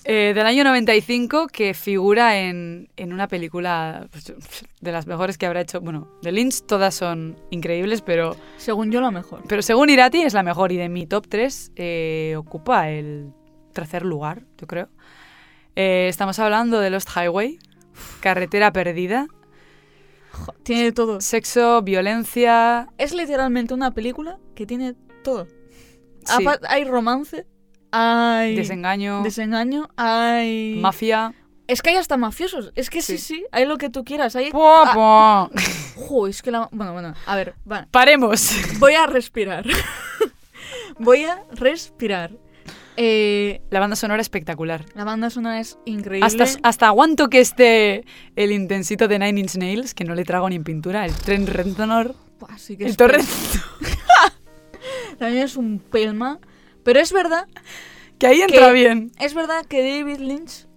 eh, del año 95 que figura en, en una película pues, de las mejores que habrá hecho. Bueno, de Lynch todas son increíbles, pero,
Según yo, lo mejor.
pero según Irati es la mejor y de mi top 3 ocupa el tercer lugar, yo creo. Eh, estamos hablando de Lost Highway, Carretera Perdida,
Jo- Tiene todo.
sexo, violencia...
Es literalmente una película que tiene todo.
sí,
Apa- Hay romance, hay
desengaño,
desengaño, hay...
mafia...
es que hay hasta mafiosos. Es que sí, sí, hay lo que tú quieras. Hay...
¡Popo!
Jo, es que la... Bueno, bueno, a ver, va.
Paremos.
Voy a respirar. Voy a respirar. Eh,
La banda sonora espectacular.
la banda sonora es increíble.
Hasta, hasta aguanto que esté el intensito de Nine Inch Nails, que no le trago ni en pintura, el tren Rentonor,
Buah, sí que
el
es-
torre
También es un pelma. Pero es verdad,
que ahí entra
Que-
bien.
es verdad que David Lynch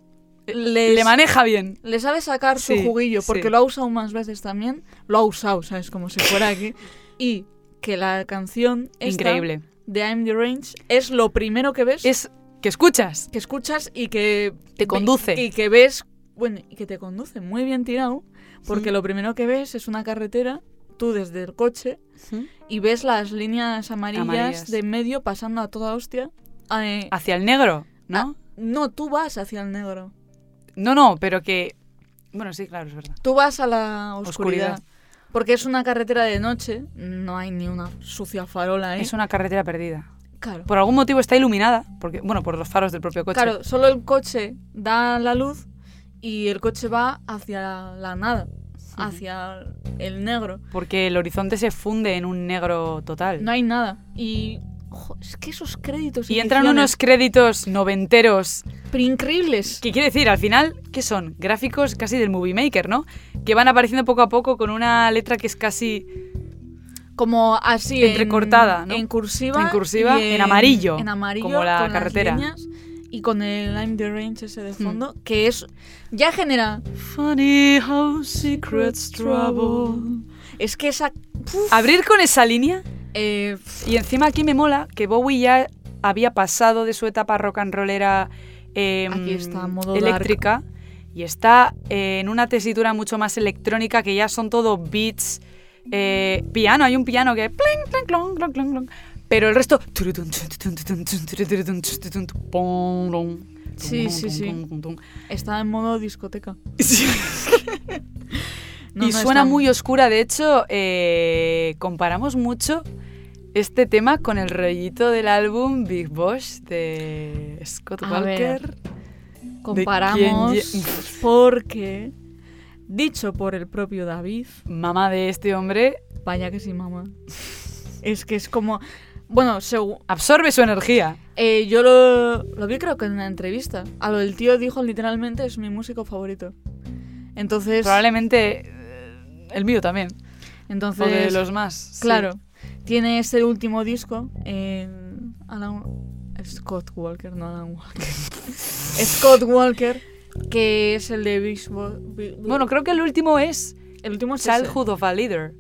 les,
Eh, Le maneja bien.
le sabe sacar
Sí,
su juguillo, porque
sí.
lo ha usado más veces también. Lo ha usado, ¿sabes? Como si fuera aquí. Y que la canción esta
Increíble.
de I'm the Range es lo primero que ves,
Es que escuchas,
que escuchas y que
te conduce.
Y que ves, bueno, y que te conduce muy bien tirado, porque
Sí.
lo primero que ves es una carretera, tú desde el coche, y ves las líneas amarillas,
Amarillas. Ah.
de en medio pasando a toda hostia. Eh,
Hacia el negro,
Ah.
¿no?
no, tú vas hacia el negro,
No, no, pero que... Bueno, sí, claro, es verdad.
tú vas a la oscuridad.
Oscuridad.
Porque es una carretera de noche, no hay ni una sucia farola ahí.
Es una carretera perdida.
Claro.
Por algún motivo está iluminada, porque bueno, por los faros del propio coche.
Claro, solo el coche da la luz y el coche va hacia la nada, hacia el negro.
Porque el horizonte se funde en un negro total.
No hay nada. Y jo, es que esos créditos
y entran
ediciones,
unos créditos noventeros.
pero increíbles.
Que quiere decir, al final, ¿qué son? Gráficos casi del Movie Maker, ¿no? Que van apareciendo poco a poco con una letra que es casi.
Como así en-
Entrecortada, ¿no?
en cursiva,
En cursiva,
y
en amarillo,
en amarillo
como la
con las
carretera. Mm.
líneas y con el I'm the Range ese de fondo, que es ya genera
Funny how secrets
Es que esa puf,
Abrir con esa línea.
eh, pf,
Y encima aquí me mola que Bowie ya había pasado de su etapa rock and rollera eh,
Aquí está, modo dark.
eléctrica y está eh, en una tesitura mucho más electrónica que ya son todo beats, eh, piano, hay un piano que pling, pling, clon, clon, clon, clon. pero el resto
Sí, sí, sí. está en modo discoteca.
Sí.
No,
y
no,
suena
está-
muy oscura. De hecho, eh, comparamos mucho este tema con el rollito del álbum Big Boss de Scott
A
Walker.
comparamos
quién
porque dicho por el propio David
Mamá de este hombre
Vaya que sí, mamá. Es que es como... Bueno, segu-
absorbe su energía.
eh, yo lo, lo vi creo que en una entrevista. A lo del tío dijo literalmente es mi músico favorito. Entonces...
Probablemente eh, el mío también.
entonces
O de los más. sí.
Claro. Tiene este último disco en Alan... Scott Walker, no Alan Walker. Scott Walker, que es el de Big Bo- Big-
Bueno, creo que el último es
el último es ese.
Childhood of a Leader.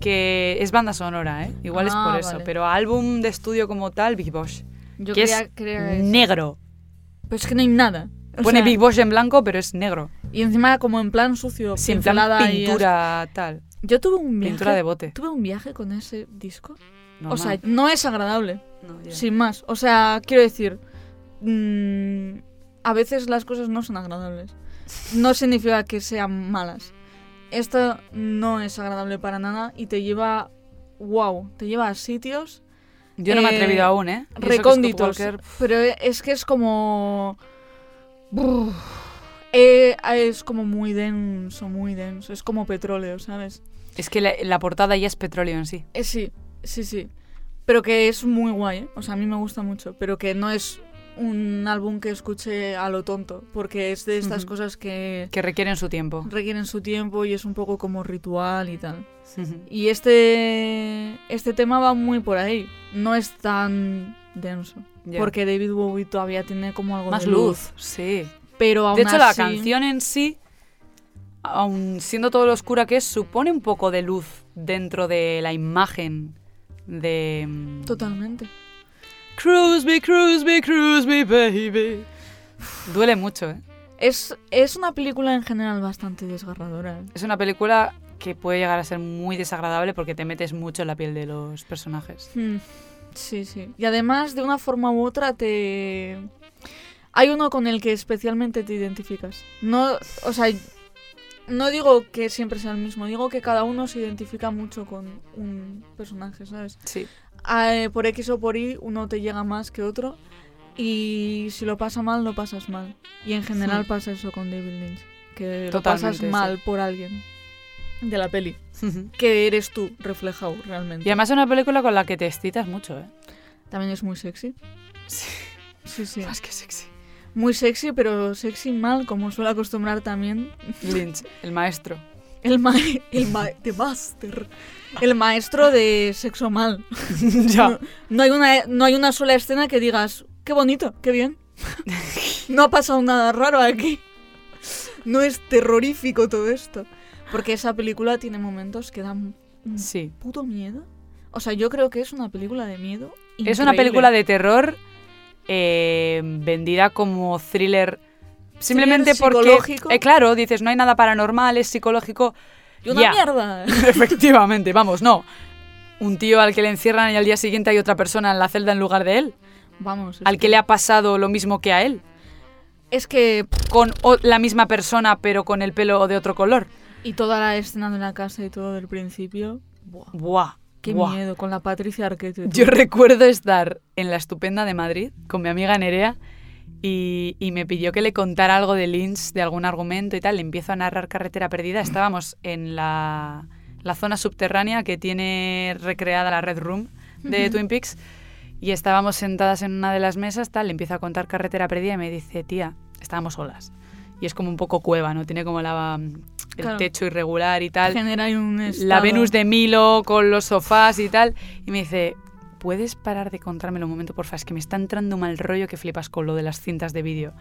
Que es banda sonora, ¿eh? Igual es
Ah,
por eso.
vale.
Pero álbum de estudio como tal, Big Boss.
Yo
que es
creía- creía que es-
Negro.
Pero es que no hay nada. O
Pone
sea,
Big Boss en blanco, pero es negro.
Y encima como en plan sucio,
Sin
pincelada
plan
y
pintura tal.
Yo tuve un viaje.
Pintura de bote.
Tuve un viaje con ese disco. O
normal.
sea, no es agradable,
No, ya.
sin más. O sea, quiero decir, mm, a veces las cosas no son agradables. No significa que sean malas. Esto no es agradable para nada y te lleva, wow, te lleva a sitios
Yo no me he
eh,
atrevido aún, ¿eh? Y eso que Scott
recónditos.
Walker-
Pero es que es como, Brr. Eh, es como muy denso, muy denso. Es como petróleo, ¿sabes?
es que la, la portada ya es petróleo en sí.
Eh, sí, sí, sí. Pero que es muy guay, ¿eh? O sea, a mí me gusta mucho. Pero que no es un álbum que escuche a lo tonto. Porque es de estas
Ujú.
cosas que
Que requieren su tiempo.
requieren su tiempo y es un poco como ritual y tal.
Ujú.
Y este, este tema va muy por ahí. No es tan denso.
Ya.
Porque David Bowie todavía tiene como algo
Más
de
luz. Sí.
Pero aún
De hecho, la
así-
canción en sí, aun siendo todo lo oscura que es, supone un poco de luz dentro de la imagen de. mm,
Totalmente.
Cruise me, cruise me, cruise me, baby. Duele mucho, ¿eh?
Es, es una película en general bastante desgarradora. ¿eh?
Es una película que puede llegar a ser muy desagradable porque te metes mucho en la piel de los personajes.
Hmm, Sí, sí. Y además, de una forma u otra, te. Hay uno con el que especialmente te identificas. No, o sea, no digo que siempre sea el mismo, digo que cada uno se identifica mucho con un personaje, ¿sabes?
Sí.
Ah, eh, por X o por Y, uno te llega más que otro. Y si lo pasa mal, lo pasas mal. Y en general
Hmm.
pasa eso con David Lynch. Que lo
Totalmente,
pasas
sí.
mal por alguien de la peli. Que eres tú reflejado realmente.
Y además es una película con la que te excitas mucho, ¿eh?
También es muy sexy.
Sí.
Sí, sí.
Más que sexy.
Muy sexy, pero sexy mal, como suele acostumbrar también
Lynch, el maestro.
el ma el ma the master. El maestro de sexo mal.
ya.
No hay una no hay una sola escena que digas, qué bonito, qué bien. No ha pasado nada raro aquí. No es terrorífico todo esto, porque esa película tiene momentos que dan un
Sí.
puto miedo. O sea, yo creo que es una película de miedo.
Es una película de terror eh, vendida como thriller. Simplemente porque.
psicológico.
Eh, claro, dices, no hay nada paranormal, es psicológico.
Y una
Ya.
mierda.
Efectivamente, vamos, no. Un tío al que le encierran y al día siguiente hay otra persona en la celda en lugar de él.
Vamos. es
Al que le ha pasado lo mismo que a él.
Es que
Con o- la misma persona, pero con el pelo de otro color.
Y toda la escena de la casa y todo del principio. Buah,
Buah.
qué
buah.
miedo, con la Patricia Arquette. y
Yo
todo.
recuerdo estar en la estupenda de Madrid con mi amiga Nerea y, y me pidió que le contara algo de Lynch, de algún argumento y tal. Le empiezo a narrar Carretera Perdida. Estábamos en la, la zona subterránea que tiene recreada la Red Room de
Ujú.
Twin Peaks y estábamos sentadas en una de las mesas. Tal, le empiezo a contar Carretera Perdida y me dice, tía, estábamos solas. Y es como un poco cueva, ¿no? Tiene como la, mm, el
Claro.
techo irregular y tal
Genera ahí un
la
estado-
Venus de Milo con los sofás y tal. Y me dice, ¿puedes parar de contármelo un momento, porfa? Es que me está entrando un mal rollo que flipas con lo de las cintas de vídeo.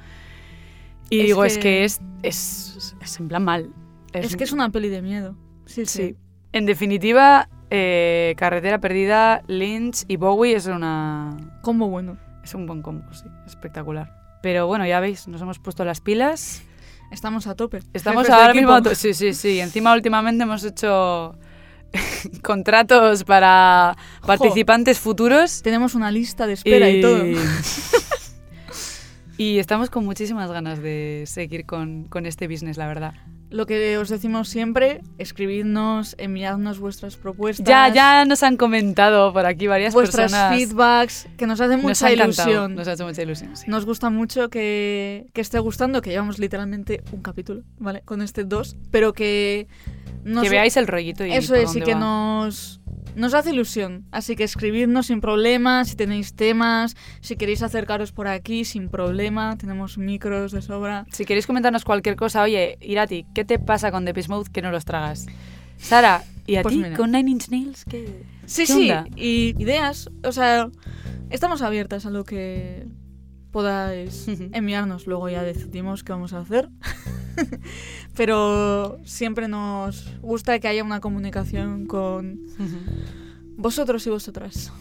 Y
Es
digo, es
que-
que es, es, es en plan mal.
Es que es una peli de miedo. Sí, sí.
Sí. En definitiva, eh, Carretera Perdida, Lynch y Bowie es una...
Combo bueno.
Es un buen combo, sí. Espectacular. Pero bueno, ya veis, nos hemos puesto las pilas.
Estamos a tope.
Estamos
Jefes de
ahora
equipo.
mismo. to- Sí, sí, sí. Encima, últimamente hemos hecho contratos para participantes futuros.
Tenemos una lista de espera y, todo.
y estamos con muchísimas ganas de seguir con, con este business, la verdad.
Lo que os decimos siempre, escribidnos, enviadnos vuestras propuestas.
Ya, ya nos han comentado por aquí varias
Vuestras
personas.
feedbacks, que nos hace
nos
mucha
ha encantado,
ilusión.
Nos ha hecho mucha ilusión. sí.
Nos gusta mucho que, que esté gustando, que llevamos literalmente un capítulo, ¿vale? Con este dos, pero que... nos-
que veáis el rollito y
Eso
por
es, y
dónde
que
va.
nos, nos hace ilusión. Así que escribidnos sin problemas, si tenéis temas, si queréis acercaros por aquí sin problema, tenemos micros de sobra.
Si queréis comentarnos cualquier cosa, oye, Irati, ¿qué te pasa con The Peace Mode que no los tragas? Sara, ¿y a
Pues
ti
mira.
con Nine Inch Nails? ¿Qué?
Sí,
¿Qué
sí,
onda?
y ideas, o sea, estamos abiertas a lo que podáis
Ujú.
enviarnos. Luego ya decidimos qué vamos a hacer. Pero siempre nos gusta que haya una comunicación con vosotros y vosotras.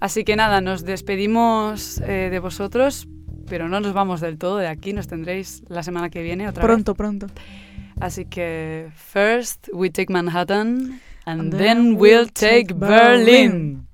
Así que nada, nos despedimos eh, de vosotros, pero no nos vamos del todo de aquí, nos tendréis la semana que viene otra
Pronto, pronto.
vez. Así que first we take Manhattan and,
And
then,
then
we'll
we'll take
take Berlin.
Berlin.